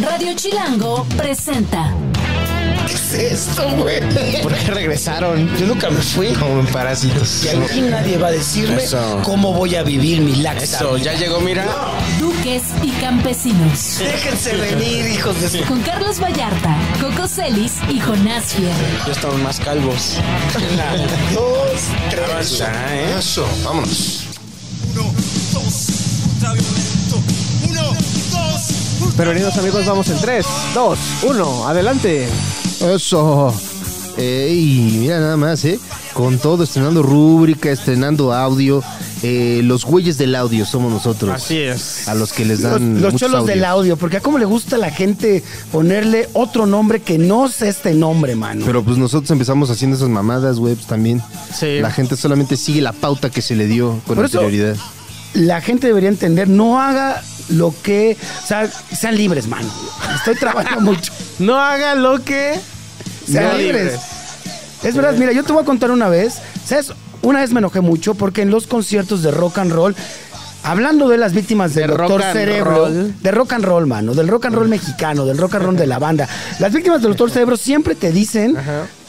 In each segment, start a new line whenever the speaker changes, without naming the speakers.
Radio Chilango presenta.
¿Qué es esto, güey?
¿Por qué regresaron?
Yo nunca me fui.
Como en parásitos.
Y aquí nadie va a decirme
Eso.
cómo voy a vivir mi laxa.
Eso, ya llegó, mira.
Duques y campesinos.
Déjense venir, hijos de su...
Con Carlos Vallarta, Coco Celis y Jonás Fierro.
Ya estamos más calvos.
Una, dos, tres.
Ya, ¿eh?
Eso, vámonos.
Bienvenidos amigos, vamos en 3, 2, 1, adelante.
Eso. Ey, mira nada más, ¿eh? Con todo, estrenando rúbrica, estrenando audio. Eh, los güeyes del audio somos nosotros.
Así es.
A los que les
Los,
dan.
los
muchos
cholos del
audios.
audio, porque a cómo le gusta a la gente ponerle otro nombre que no es este nombre, mano.
Pero pues nosotros empezamos haciendo esas mamadas, güey, pues también.
Sí.
La gente solamente sigue la pauta que se le dio con
Por eso-
anterioridad.
La gente debería entender, no haga lo que... O sea, sean libres, mano. Estoy trabajando mucho.
No haga lo que.
Sean
No
libres.
libres.
Es verdad, mira, yo te voy a contar una vez. ¿Sabes? Una vez me enojé mucho porque en los conciertos de rock and roll, hablando de las víctimas del
De rock
doctor
and
Cerebro,
roll.
de rock and roll, mano, del rock and roll mexicano, del rock and roll de la banda, las víctimas del doctor Cerebro siempre te dicen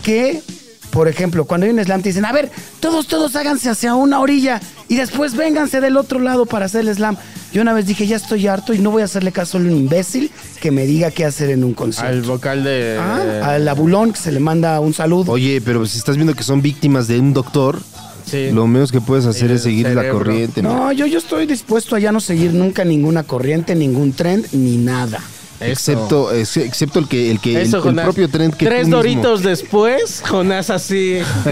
que, por ejemplo, cuando hay un slam te dicen, a ver, todos, todos háganse hacia una orilla y después vénganse del otro lado para hacer el slam. Yo una vez dije, ya estoy harto y no voy a hacerle caso a un imbécil que me diga qué hacer en un concierto.
Al vocal de.
Ah, al abulón que se le manda un saludo.
Eh, Oye, pero si estás viendo que son víctimas de un doctor,
Sí.
lo menos que puedes hacer
El
es seguir la
cerebro.
corriente.
No, yo, yo estoy dispuesto a ya no seguir nunca ninguna corriente, ningún trend, ni nada.
Eso.
Excepto, ex- excepto el que, el que el-
Eso,
el,
Jonás.
propio tren que
Tres
tú mismo-
doritos después, Jonás así.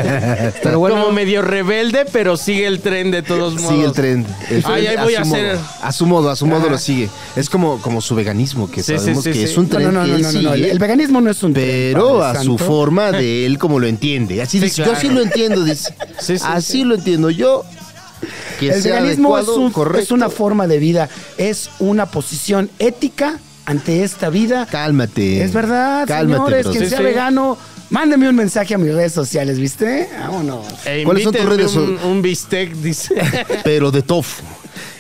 Pero bueno,
Como medio rebelde, pero sigue el tren de todos modos.
sigue el tren. El
Ay,
tren
ahí voy a
su modo.
hacer.
a su modo, a su modo lo sigue. Es como, como su veganismo, que
Sí, sí,
sabemos
sí,
que
sí.
es un
No,
tren
no, no,
que
no,
él
no, no, El,
sigue,
el veganismo no es un trend,
pero
Padre
a su
Santo.
forma de él como lo entiende. Así
Sí,
dice, yo
claro.
así lo entiendo, dice.
Sí, sí,
así lo entiendo yo. Que
El
sea
veganismo es,
adecuado,
un-
correcto.
es una forma de vida, es una posición ética ante esta vida.
Cálmate.
es verdad,
Cálmate,
señores,
brother.
quien sea
sí.
vegano, mándeme un mensaje a mis redes sociales, ¿viste? Vámonos.
E
¿Cuáles son tus
invítenme
redes?
Un, un bistec, dice.
Pero de tofu.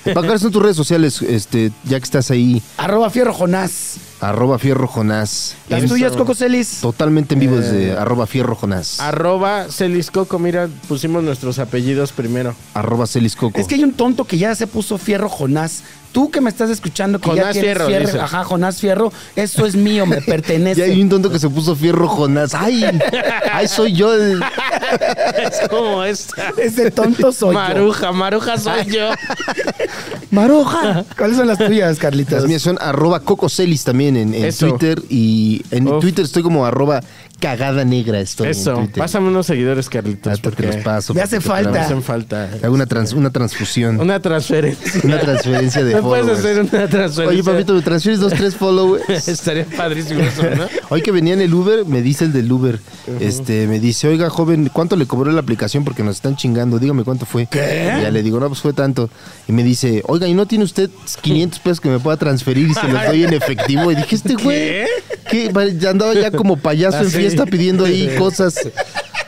Pa, ¿Cuáles son tus redes sociales? Este, ya que estás ahí,
Arroba Fierro Jonás.
arroba fierro Jonás.
Las
Eso.
tuyas, Coco Celis. Eh,
Totalmente en vivo desde arroba fierro Jonás.
Arroba Celiscoco, mira, pusimos nuestros apellidos primero.
arroba celiscoco.
Es que hay un tonto que ya se puso Fierro Jonás. Tú que me estás escuchando que ya
Jonás
tienes
Fierro, dices.
ajá, Jonás Fierro, eso es mío, me pertenece.
Ya hay un tonto que se puso fierro Jonás. ¡Ay! ¡Ay, soy yo! el-
Es como esta.
Ese tonto soy yo.
Maruja, Maruja soy yo.
Maruja. ¿Cuáles son las tuyas, Carlitos?
Las mías son arroba cococelis también en, en
Eso.
Twitter. Y en
Uf.
Twitter estoy como arroba cagada negra. Estoy en
Eso,
Twitter.
pásame unos seguidores, Carlitos.
Ahorita te
Porque
los paso.
Me hace
porque te
falta.
me
la-
hacen falta.
te Hago una, trans- una transfusión. Una,
Una transferencia.
transferencia de
¿Me puedes
followers.
hacer una transferencia?
Oye, papito, ¿me transfieres dos, tres followers?
Estaría padrísimo eso, ¿no?
Hoy que venía en el Uber, me dice el del Uber, este, me dice, oiga, joven, ¿cuánto le cobró la aplicación? Porque nos están chingando, dígame cuánto fue. Y ya le digo, no, pues fue tanto. Y me dice, oiga, ¿y no tiene usted 500 pesos que me pueda transferir y se los doy en efectivo? Y dije, este güey, ¿qué? Vale, Ya andaba ya como payaso en
Así.
fiesta pidiendo ahí cosas.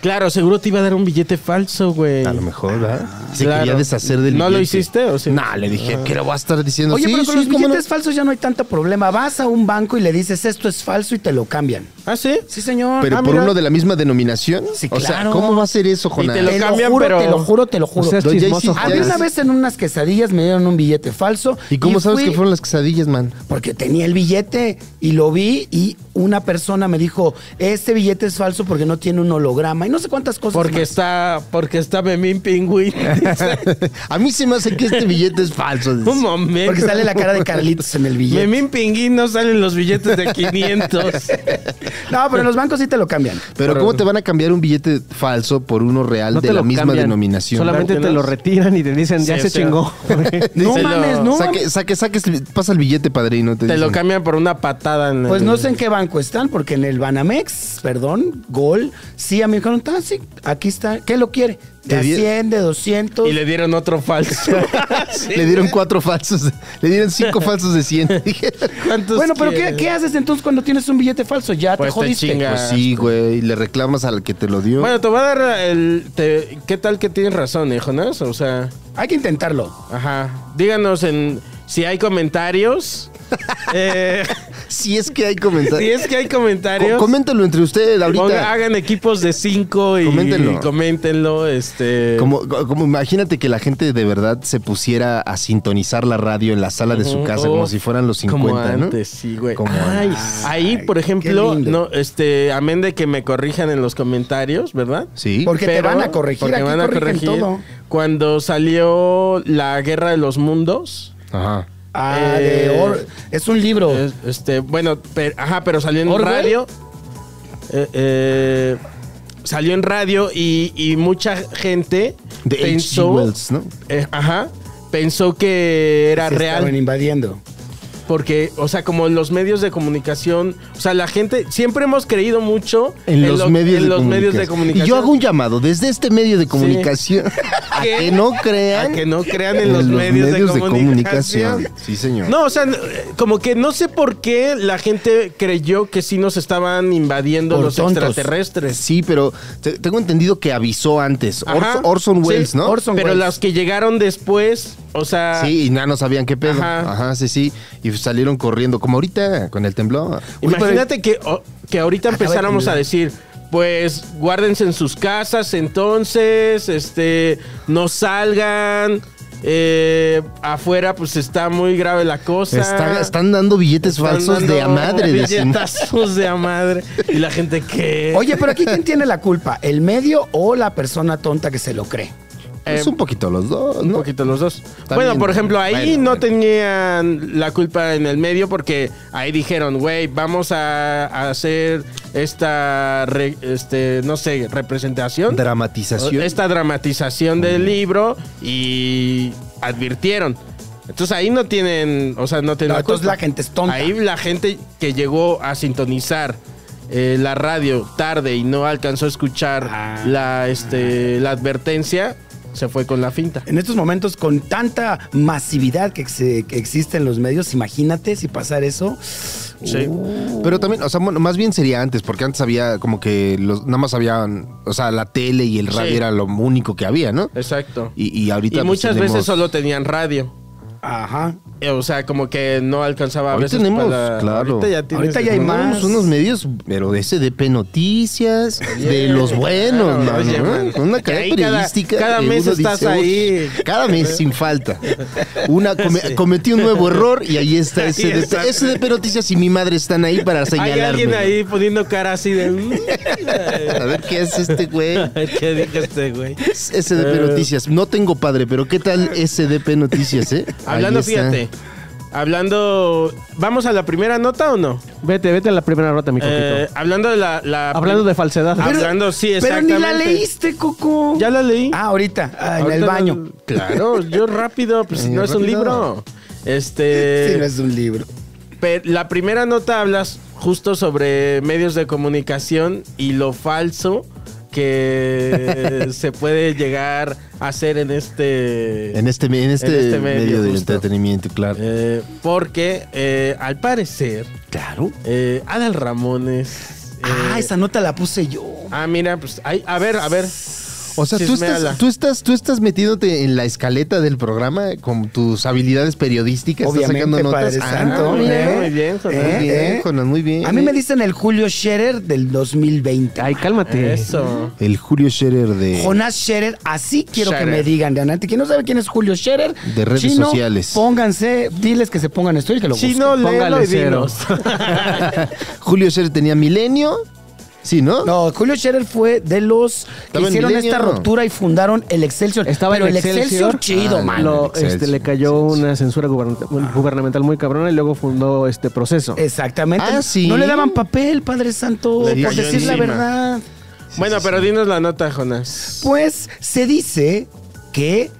Claro, seguro te iba a dar un billete falso, güey.
A lo mejor, ¿verdad? Se
Claro.
quería deshacer del
¿No lo
billete.
hiciste o sí? Ah.
Nah, le dije, ¿qué le voy a estar diciendo?
Oye,
Sí,
pero
sí,
con los
¿cómo no?
billetes falsos ya no hay tanto problema. Vas a un banco y le dices esto es falso y te lo cambian.
¿Ah, sí?
Sí, señor.
Pero
Ah,
por
mira,
uno de la misma denominación.
Sí,
O sea,
claro.
¿cómo va a ser eso,
Y
Jonás?
te lo
Te lo
cambian,
juro,
pero-
te lo juro, te lo juro.
O sea, es
Don Jaycee,
chismoso.
ya
Había
es-
una vez en unas quesadillas me dieron un billete falso.
¿Y cómo sabes
fui-
que fueron las quesadillas, man?
Porque tenía el billete y lo vi y una persona me dijo, este billete es falso porque no tiene un holograma y no sé cuántas cosas.
Porque
más.
está, porque está Memín Pingüín.
A mí se me hace que este billete es falso. dice.
un momento.
Porque sale la cara de Carlitos en el billete.
Memín Pingüín no salen los billetes de 500.
No, pero en los bancos sí te lo cambian.
Pero ¿cómo te van a cambiar un billete falso por uno real
No
de
te
la
lo
misma
cambian,
denominación?
Solamente te lo retiran y te dicen, ya se
Sí, o sea.
chingó.
No
Díselo.
mames, no.
Saque, saque, saque, pasa el billete, padrino. Te,
Te lo
dicen.
cambian por una patada en
Pues
el-
no sé en qué banco están, porque en el Banamex, perdón, Gol, sí, a mí me dijeron, "Ah, sí, aquí está, ¿qué lo quiere?
Te
De
di-
100, de 200.
Y le dieron otro falso. Sí.
Le dieron cuatro falsos, le dieron cinco falsos de 100.
¿Cuántos
Bueno, pero ¿qué,
quieres?
qué haces entonces cuando tienes un billete falso? Ya te
Pues te
jodiste.
chingas.
pues sí, güey, le reclamas al que te lo dio.
Bueno, te voy a dar el... te- ¿Qué tal que tienes razón, eh, Jonás? O sea...
Hay que intentarlo.
Ajá. Díganos en si hay comentarios. Eh,
si es que hay comentarios.
Si es que hay comentarios.
Co- coméntalo entre ustedes
ponga-
ahorita.
hagan equipos de cinco y
Coméntenlo.
coméntenlo. este,
Como, como imagínate que la gente de verdad se pusiera a sintonizar la radio en la sala de su
Ujú,
casa
o
como si fueran los 50,
como
¿no?
antes, sí, güey.
Como
Ay,
antes.
ahí, por ejemplo,
lindo.
no, este, amén de que me corrijan en los comentarios, ¿verdad?
Sí.
Porque te
Pero-
van a corregir,
porque
aquí
van a
corrigen
corregir.
todo.
Cuando salió la Guerra de los Mundos,
Ajá.
Ah,
Eh,
de Or- es un libro.
es- este, bueno, per- ajá, pero salió en
¿Orwell?
radio. Eh, eh, salió en radio y, y mucha gente
De H.G.
pensó,
Wells, ¿no?
eh, ajá, pensó que era
Se
real.
Estaban invadiendo.
Porque, o sea, como los medios de comunicación, o sea, la gente, siempre hemos creído mucho
En los,
lo-
medios,
en
de
los medios de comunicación.
Y yo hago un llamado desde este medio de comunicación a
¿Qué?
que no crean
A que no crean en los, medios, de, comunicación.
Sí, señor.
No, o sea, n- eh, como que no sé por qué la gente creyó que sí nos estaban invadiendo
Por
los
tontos.
extraterrestres.
Sí, pero te- tengo entendido que avisó antes. Orso-
Ajá.
Orson
Sí,
Welles, ¿no?
Orson
Pero
Welles.
las que llegaron después, o sea,
Sí, y nada, no sabían qué pedo. Ajá.
Ajá.
sí, sí. Y salieron corriendo, como ahorita, con el temblor.
imagínate que, o- que ahorita empezáramos a decir, pues guárdense en sus casas, entonces, este, no salgan. eh, afuera pues está muy grave la cosa.
Está- están dando billetes
Están
falsos de a
dando
madre. decimos.
billetazos de a madre. Y la gente que...
Oye, pero aquí ¿quién tiene la culpa? ¿El medio o la persona tonta que se lo cree?
es un poquito los dos,
Eh, Un
¿no?
poquito los dos.
Está
bueno,
bien.
por ejemplo, ahí
Bueno,
no
bueno.
tenían la culpa en el medio porque ahí dijeron, güey, vamos a, a hacer esta, re- este, no sé, representación.
Dramatización.
Esta dramatización
Mm.
del libro y advirtieron. Entonces ahí no tienen, o sea, no tienen
No, entonces
culpa.
la gente es tonta.
Ahí la gente que llegó a sintonizar eh, la radio tarde y no alcanzó a escuchar
Ah.
la, este, la advertencia, se fue con la finta.
En estos momentos, con tanta masividad que, se- que existe en los medios, imagínate si pasar eso.
Sí.
Pero también, o sea, bueno, más bien sería antes, porque antes había como que los, nada más habían, o sea, la tele y el radio
Sí.
era lo único que había, ¿no?
Exacto.
Y, y ahorita.
Y
pues,
muchas
tenemos-
veces solo tenían radio.
Ajá.
Eh, O sea, como que no alcanzaba a
Ahorita
veces
tenemos,
para-
claro.
Ahorita ya, tienes
Ahorita
de
ya hay
todo.
Tenemos
más.
pues, unos medios, pero de SDP Noticias, de los buenos,
Claro, oye,
mano,
man.
¿no? Con una
Ahí
calidad
cada-
periodística.
cada
que
mes
uno
estás
"Uy,
ahí".
Cada mes sin falta. Una come- cometí un nuevo error y ahí está
Ahí
SDP.
está.
SDP Noticias y mi madre están ahí para
Hay
señalarme.
alguien ahí poniendo cara así de... "Mm". eh".
A ver qué es este güey.
¿Qué dijiste,
este
güey?
SDP
Eh.
Noticias. No tengo padre, pero ¿qué tal SDP Noticias, eh? Ahí
Hablando,
está.
fíjate. Hablando... ¿Vamos a la primera nota o no?
Vete, vete a la primera rota, mi coquito.
Eh, hablando de la... la-
Hablando de falsedad.
Pero- Hablando, sí,
Pero ni la
exactamente.
leíste, Coco.
Ya la leí.
Ah, ahorita, ah, en el
Ahorita
baño.
no- claro, yo rápido, pues si
Eh,
no es un
rápido.
libro. Este...
Sí, no es un libro.
Pero la primera nota hablas justo sobre medios de comunicación y lo falso que se puede llegar a hacer en este...
En este, en este,
este
medio,
medio,
de
justo.
entretenimiento, claro.
Eh, porque eh, al parecer,
Claro.
eh, Adal Ramones... eh,
Ah, esa nota la puse yo.
ah, mira, pues ay, a ver, a ver.
O sea, tú
Chismeala.
estás, tú, estás, tú estás metiéndote en la escaleta del programa con tus habilidades periodísticas.
Obviamente,
estás sacando notas.
Padre Santo.
Ah, muy
¿eh?
bien, muy bien, Jonas.
¿Eh?
Muy
¿Eh?
bien, Jonas, muy bien.
A mí me dicen el Julio Scherer del 2020.
Ay,
Eh,
cálmate.
Eso.
El Julio Scherer de.
Jonás Scherer, así quiero que
Scherer.
me digan de adelante. Quien no sabe quién es Julio Scherer,
De redes
chino,
sociales.
Pónganse, diles que se pongan esto y que lo busquen.
Chino, léelo
Póngale
y
cero.
dinos.
Julio Scherer tenía milenio. Sí, ¿no?
No, Julio Scherer fue de los que
Estaba en
hicieron
Milenio,
esta
¿no?
ruptura y fundaron el Excelsior.
Estaba
Pero
en Excelsior.
chido,
Ah,
man.
Lo,
el Excelsior,
este, le cayó
Excelsior.
una censura gubernamental, gubernamental muy cabrona y luego fundó este proceso.
Eh,
Exactamente.
Ah, sí.
No le daban papel, Padre Santo,
Le
por
cayó
decir la
encima.
verdad.
bueno, pero dinos la nota, Jonas.
Pues se dice que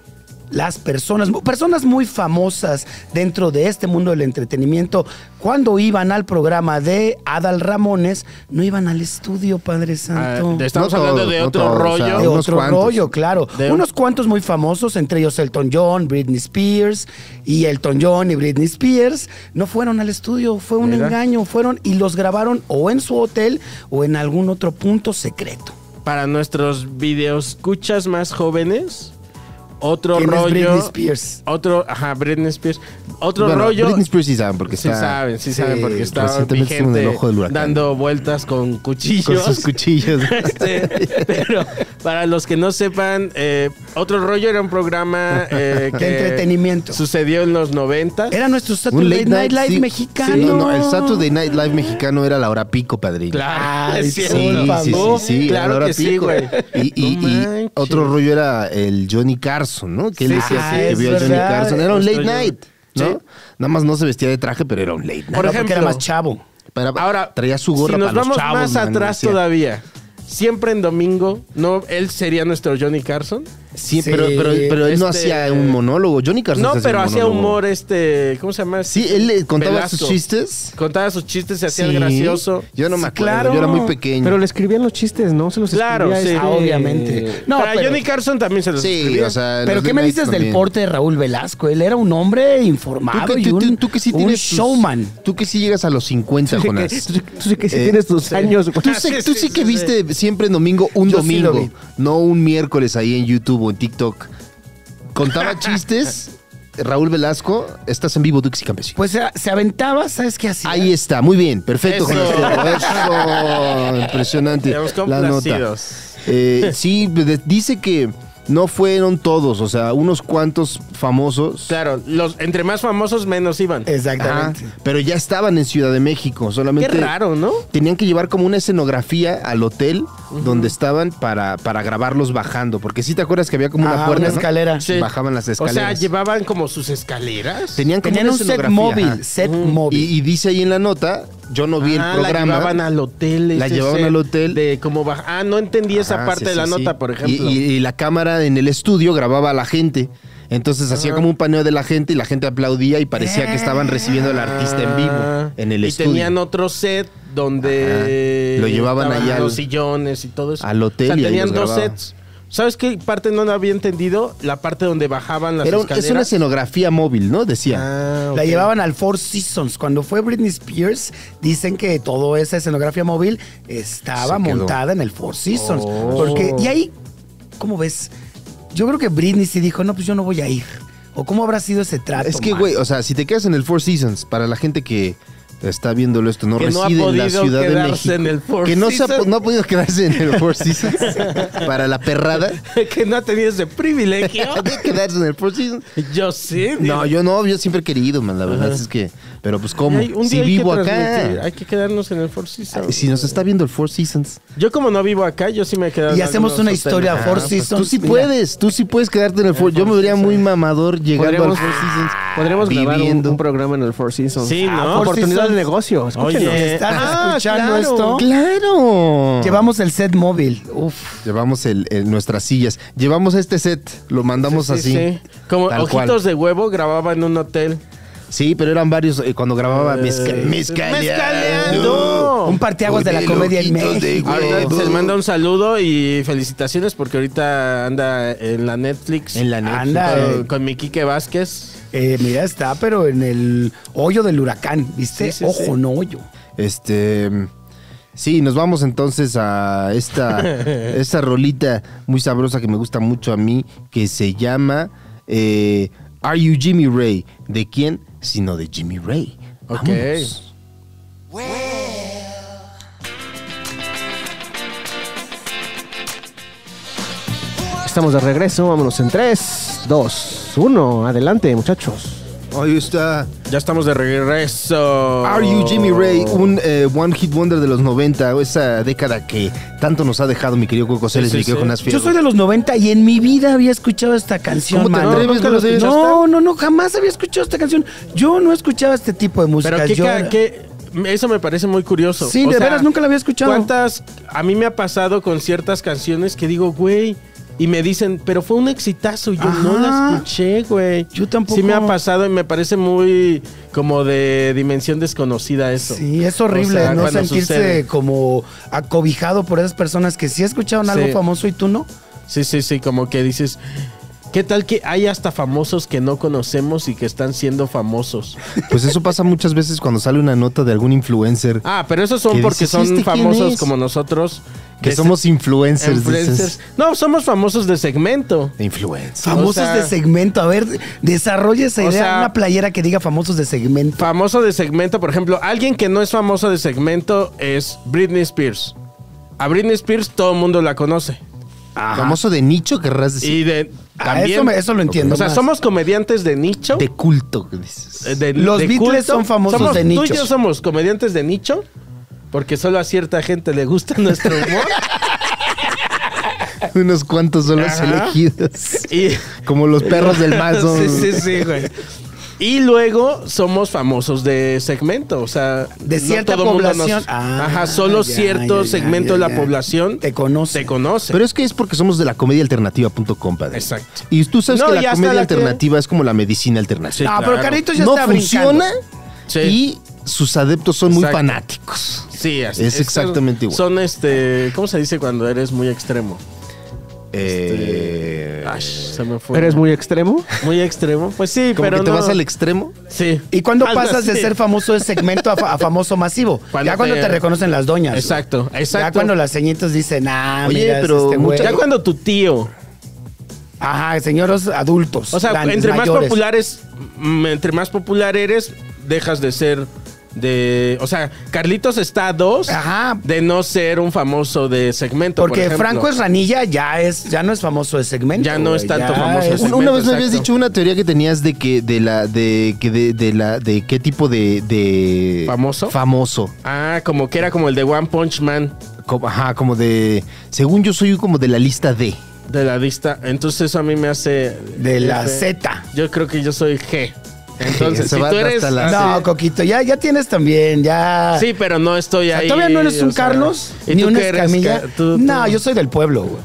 las personas, personas muy famosas dentro de este mundo del entretenimiento, cuando iban al programa de Adal Ramones, no iban al estudio, Padre
Ah,
Santo.
de- estamos
No
hablando
todos,
de
no
otro
todos, o sea,
rollo.
de
unos
otro
cuantos.
rollo, claro.
De-
Unos cuantos muy famosos, entre ellos Elton John, Britney Spears, y Elton John y Britney Spears, no fueron al estudio, fue un
Mira.
engaño, fueron y los grabaron o en su hotel o en algún otro punto secreto.
Para nuestros videos escuchas más jóvenes, Otro
¿Quién es
rollo.
Britney Spears?
Otro, ajá, Britney Spears. Otro
Bueno,
rollo.
Britney Spears sí saben porque
sí
está-
saben, sí,
sí,
saben porque está
recientemente estuvo en el
vigente
ojo del huracán.
dando vueltas con cuchillos.
con sus cuchillos.
Este, pero para los que no sepan, eh, Otro Rollo era un programa eh, que
entretenimiento.
Sucedió en los 90.
Era nuestro
Un
Saturday Night, Live
sí.
mexicano.
Sí, no, no, el Saturday Night Live mexicano era la hora pico, padrino.
Claro, es
Sí,
cierto.
sí, sí,
Oh,
sí, sí, era la
claro
hora
que sí,
pico.
güey.
Y, y-
No
y
manches.
otro rollo era el Johnny Carson, ¿no? Que él
Sí,
decía
sí, sí,
que
es
vio a Johnny
verdad.
Carson. Era un
Justo
late
yo-
night, ¿no?
Sí.
Nada más no se vestía de traje, pero era un late night.
Por
Era porque
ejemplo,
era más chavo.
Para-
Ahora,
traía su gorra
si nos
para los
vamos
chavos,
más
man,
atrás
decía.
todavía. Siempre en domingo, no, él sería nuestro Johnny Carson.
Sí, pero, pero, pero él no
Este-
hacía un monólogo. Johnny Carson
No,
se
pero hacía
monólogo.
humor este, ¿cómo se llama?
Sí, él le contaba
Velasco.
sus chistes.
Contaba sus chistes, se hacía el
Sí.
gracioso.
Yo no me
Sí,
acuerdo, yo era muy pequeño.
Pero le escribían los chistes, ¿no? Se los
Claro,
escribía
sí.
este-
Ah,
obviamente. No,
Para
pero-
Johnny Carson también se los
sí,
escribía.
o sea... en
Pero
los
¿qué
late
me
nights
dices del
también.
porte de Raúl Velasco? Él era un hombre
Tú
informado
que,
y
tú- tú-
un,
tú que sí
un
tienes tus-
showman.
tú que sí llegas a los 50, Jonás.
Tú, tú sí que si
Eh,
tienes tus años, güey.
Tú, sí-
Sí,
tú
sí,
sí que
sí,
viste siempre en domingo un
Yo sí lo
domingo, no un miércoles ahí en YouTube o en TikTok. Contaba chistes, Raúl Velasco, estás en vivo, Dux y Campesino.
Pues eh, se aventaba, ¿sabes qué hacía?
Ahí está, muy bien, perfecto.
Eso.
Jonás. Eso, impresionante.
Estamos
La nota.
complacidos.
Eh, sí, de- dice que no fueron todos, o sea, unos cuantos famosos.
Claro, los, entre más famosos menos iban.
Ajá,
Exactamente.
pero ya estaban en Ciudad de México,
Qué
solamente
raro, ¿no?
tenían que llevar como una escenografía al hotel donde estaban para, para grabarlos bajando. Porque si te acuerdas que había como una
Ajá,
puerta.
una
¿no?
escalera.
Sí.
Bajaban las
Ah, O sea,
escaleras.
llevaban como sus escaleras.
tenían como
Tenían
una
un set
escenografía,
móvil,
ajá. Mm.
set móvil.
Y, y dice ahí en la nota, yo no vi
Ah,
el programa.
La llevaban al hotel.
La
ese
llevaban
set
al hotel.
De cómo baj- Ah, no entendí esa
Ajá,
parte
sí,
de la
sí,
nota,
sí.
por ejemplo.
Y, y- y la cámara en el estudio grababa a la gente. Entonces
Ah.
hacía como un paneo de la gente y la gente aplaudía y parecía que estaban recibiendo al artista en
Ah,
vivo en el
y
estudio.
tenían otro set donde
Ajá. Lo llevaban
estaban
allá al-
los sillones y todo eso.
al hotel
O sea,
y ahí
tenían
los
dos
grababan.
sets. ¿Sabes qué parte no la había entendido? La parte donde bajaban las
Era un-
escaleras.
es una escenografía móvil, ¿no? Decía.
Ah, ok.
La llevaban al Four Seasons. Cuando fue Britney Spears, dicen que toda esa escenografía móvil estaba
Se quedó. Oh.
montada en el Four Seasons. Porque, y ahí, ¿cómo ves? Yo creo que Britney sí dijo, no, pues yo no voy a ir. ¿O cómo habrá sido ese trato?
Es que,
man?
güey, o sea, si te quedas en el Four Seasons, para la gente que está viéndolo esto, no
Que no ha
reside en la
podido
Ciudad de
quedarse
México.
en el Four
que no, se ha, po-
Seasons.
no ha podido quedarse en el Four Seasons. para la perrada.
que no ha tenido ese privilegio.
de quedarse en el Four Seasons.
yo sí.
No,
digo.
yo no, yo siempre he querido, man, la verdad es que. Pero pues, ¿cómo?
Ay, un
Si
día hay que
vivo
transmitir,
acá.
Hay que quedarnos en el Four Seasons.
Si nos está viendo el Four Seasons.
Yo como no vivo acá, yo sí me quedo.
Y hacemos una historia Four Seasons.
"Ah, pues Tú sí
mira.
puedes, tú sí puedes quedarte en el Four Yo me vería muy mamador llegando al
Podríamos,
Four Seasons.
podríamos grabar un,
viviendo.
un programa en el Four Seasons.
Sí,
Ah, Oportunidad
¿no?
Four
de
Seasons.
negocio. Escúchenos.
Oye.
¿Estás
Ah,
escuchando
claro.
esto?
¡Claro!
Llevamos el set móvil. Uf.
Llevamos el, el- nuestras sillas. Llevamos este set. Lo mandamos
Sí,
así.
sí. Como
tal
Ojitos
cual.
de Huevo grababa en un hotel.
Sí, pero eran varios. eh, cuando grababa mezca- mezcaleando.
Mezcaleando.
Un parteaguas de la
Oye,
comedia en
loquitos de
México.
Ahorita se le manda un saludo y felicitaciones porque ahorita anda en la Netflix.
En la Netflix.
Anda,
Con-
eh,
Con mi Quique Vázquez.
eh, mira, está, pero en el hoyo del huracán, ¿viste?
Sí, sí,
Ojo,
sí.
no hoyo.
Este. Sí, nos vamos entonces a esta, esta rolita muy sabrosa que me gusta mucho a mí, que se llama eh, Are You Jimmy Ray? ¿De quién? Sino de Jimmy Ray.
Ok.
Vámonos.
Estamos de regreso. Vámonos en 3, 2, 1. Adelante, muchachos.
Ahí está.
Ya estamos de regreso.
Are You Jimmy Ray, un eh, One Hit Wonder de los 90, o esa década que tanto nos ha dejado mi querido Coco Celes,
Sí, sí,
mi querido
sí.
Jonás
Yo
Fierro.
soy de los 90 y en mi vida había escuchado esta canción.
¿Cómo te
mano.
atreves,
Nunca la
brother?
escuché. No, no, no, jamás había escuchado esta canción. Yo no escuchaba este tipo de música.
Pero qué,
Yo-
ca- qué- eso me parece muy curioso.
Sí, de veras, nunca la había escuchado.
¿Cuántas? A mí me ha pasado con ciertas canciones que digo, güey, y me dicen, pero fue un exitazo. Y yo no la
Ajá.
escuché, güey.
Yo tampoco.
Sí me ha pasado y me parece muy como de dimensión desconocida eso.
Sí, es horrible
O sea,
no
cuando
sentirse
sucede.
como acobijado por esas personas que sí escucharon algo
Sí.
famoso y tú no.
Sí, sí, sí, como que dices, ¿qué tal que hay hasta famosos que no conocemos y que están siendo famosos?
Pues eso pasa muchas veces cuando sale una nota de algún influencer.
Ah, pero esos son
¿Qué
porque
dices? ¿Este
son
quién
famosos
es?
como nosotros
Que
de-
somos influencers,
influencers. Ah,
dices.
No, somos famosos de segmento.
Influencers.
Famosos
sea-
de segmento. A ver, desarrolla esa
O
idea.
sea-
una playera que diga famosos de segmento.
Famoso de segmento, por ejemplo, alguien que no es famoso de segmento es Britney Spears. A Britney Spears todo el mundo la conoce. ah.
Famoso de nicho, querrás decir.
Y de
Ah,
también-
eso me- eso lo entiendo
O sea,
más.
somos comediantes de nicho.
De culto, dices.
eh, de-
Los
de
Beatles son famosos
Somos-
de
Tú y yo
nichos.
somos comediantes de nicho porque solo a cierta gente le gusta nuestro humor.
Unos cuantos son los
Ajá.
elegidos.
y
Como los perros del mal son-
sí, sí, sí, güey. Y luego somos famosos de segmento, o sea,
De cierta
todo mundo
población.
nos-
Ah,
ajá, solo
ya,
cierto
ya, ya,
segmento
ya,
de
ya.
la población
Te conoce.
Te conoce.
Pero es que es porque somos de la comedia alternativa.com, padre.
Exacto.
Y tú sabes
No,
que
y
la
hasta
comedia
la que-
alternativa es como la medicina alternativa.
Sí,
ah,
claro.
pero Carlitos ya
no
está
funciona
brincando.
Sí.
y sus adeptos son muy
Exacto.
fanáticos.
Sí,
Es exactamente igual.
Son este, ¿cómo se dice cuando eres muy extremo?
Eh,
Ay, se me fue.
¿Eres muy extremo?
muy extremo? Pues sí,
como
pero
que te
no.
vas al extremo.
Sí.
¿Y cuándo
Algo
pasas de
así.
ser famoso de segmento a, fa- a famoso masivo?
Cuando
ya cuando
te-
te reconocen las doñas.
Exacto,
Ya
exacto.
cuando las ceñitas dicen, ah,
Oye,
mira, es
pero
este güey.
mucha-
Ya cuando tu tío,
Ajá, señores adultos.
o sea,
grandes,
entre más
mayores.
populares, mm, entre más popular eres, dejas de ser de, o sea, Carlitos está a dos
Ajá.
de no ser un famoso de segmento. por
Porque
ejemplo.
Franco Esranilla ya es, ya no es famoso de segmento.
Ya no
güey,
es tanto
ya
famoso de
es-
Una,
segmento.
una vez me
exacto.
habías dicho una teoría que tenías de que de la de que de, de la de qué tipo de, de-
¿Famoso?
famoso
Ah, como que era como el de One Punch Man
como, ajá como de según yo soy como de la lista D
de la lista. Entonces eso a mí me hace
De la
F.
Z.
Yo creo que yo soy G.
Se
Entonces, si
va
tú
hasta
eres
la-
así-
No, Coquito, ya, ya tienes también, ya.
Sí, pero no estoy
O sea,
ahí.
Todavía no eres
o
un
sea,
Carlos
¿y
ni
tú
una
qué eres,
Escamilla.
Ca- tú-
No,
tú?
yo soy del pueblo, güey.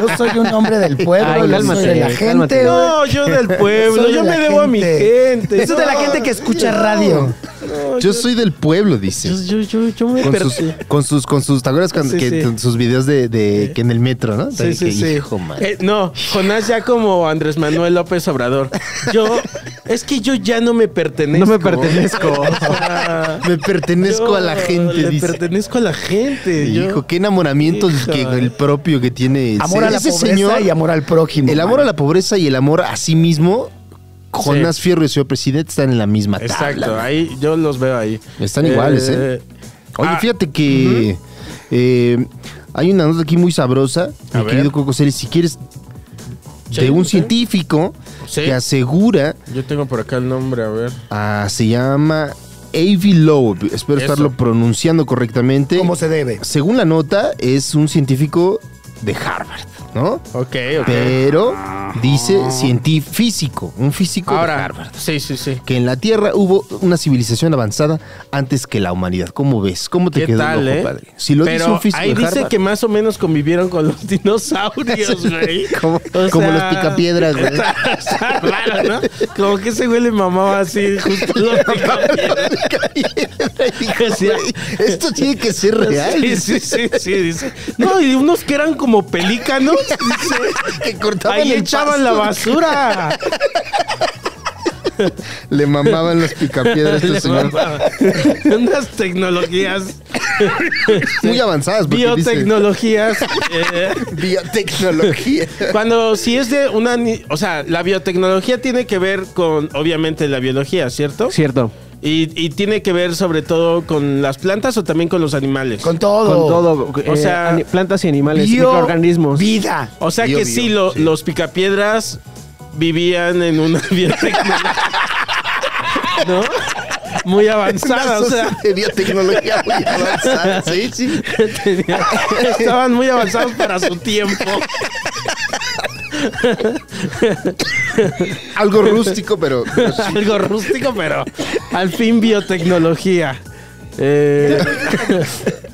Yo soy un hombre del pueblo,
Ay,
yo
cálmate,
soy de la gente.
cálmate.
güey.
No, yo del pueblo.
Soy
yo
de
me
la
debo a mi gente.
Eso es de la
No,
gente que escucha radio.
no,
yo soy del pueblo dice
Yo, yo, yo, yo me
con
perdí.
sus, con sus con sus ¿te acuerdas cuando-
Sí,
que
sí.
con sus videos de, de- que en el metro no
Sí, sí,
Que,
sí.
hijo man.
Eh, no, Jonás ya como Andrés Manuel López Obrador. Yo, es que yo ya no me pertenezco. Ah,
No me pertenezco.
me pertenezco
Yo
a la gente
le
dice
pertenezco a la gente. yo- eh.
hijo qué enamoramiento el que
Híjole.
el propio que tiene ese-
Amor a la
ese
pobreza y amor al prójimo.
El amor a la pobreza y el amor a sí mismo, Jonás
Sí.
Fierro y señor presidente están en la misma tabla.
Exacto, ahí yo los veo ahí.
Están iguales, ¿eh? Oye,
ah,
fíjate que eh, hay una nota aquí muy sabrosa,
A
mi
ver.
querido Coco Celis, si quieres,
Sí,
de un
sí.
científico
Sí.
que asegura,
Yo tengo por acá el nombre, a ver.
ah, se llama Avi Loeb, espero
Eso.
estarlo pronunciando correctamente.
Como se debe.
Según la nota, es un científico de Harvard, ¿no?
Ok, ok. Oh.
Pero dice científico, un físico de
Ahora,
Harvard.
sí, sí, sí.
que en la Tierra hubo una civilización avanzada antes que la humanidad. ¿Cómo ves? ¿Cómo te
¿Qué
quedó
tal,
el ojo,
eh?
padre? Si lo
Pero
dice un físico
ahí
de
dice
Harvard.
que más o menos convivieron con los dinosaurios, güey.
como,
O
como los
sea,
picapiedras, güey.
Está raro, ¿no? Como que ese güey le mamaba así, justo los picapiedras.
Güey, Esto tiene que ser real.
Sí, sí, sí, sí, dice. No, y unos que eran como pelícanos, dice.
Que cortaban
Ahí
el
echaban la
pasto.
basura.
Le mamaban los picapiedras a este señor.
Unas tecnologías,
Muy avanzadas, porque
biotecnologías. eh,
dice biotecnología.
Cuando si es de una... ni- O sea, la biotecnología tiene que ver con, obviamente, la biología, ¿cierto?
Cierto.
Y, y tiene que ver sobre todo con las plantas o también con los animales.
Con todo.
Con todo.
O
eh,
sea,
ani- plantas y animales,
Bio-
microorganismos.
Vida.
o sea
Bio,
que
bio,
sí, lo- los picapiedras vivían en una biotecnología. ¿No? Muy avanzada, o sea,
De biotecnología muy avanzada. Sí, sí.
tenía- estaban muy avanzados para su tiempo.
Algo rústico, pero. pero sí.
Algo rústico, pero al fin biotecnología. Eh,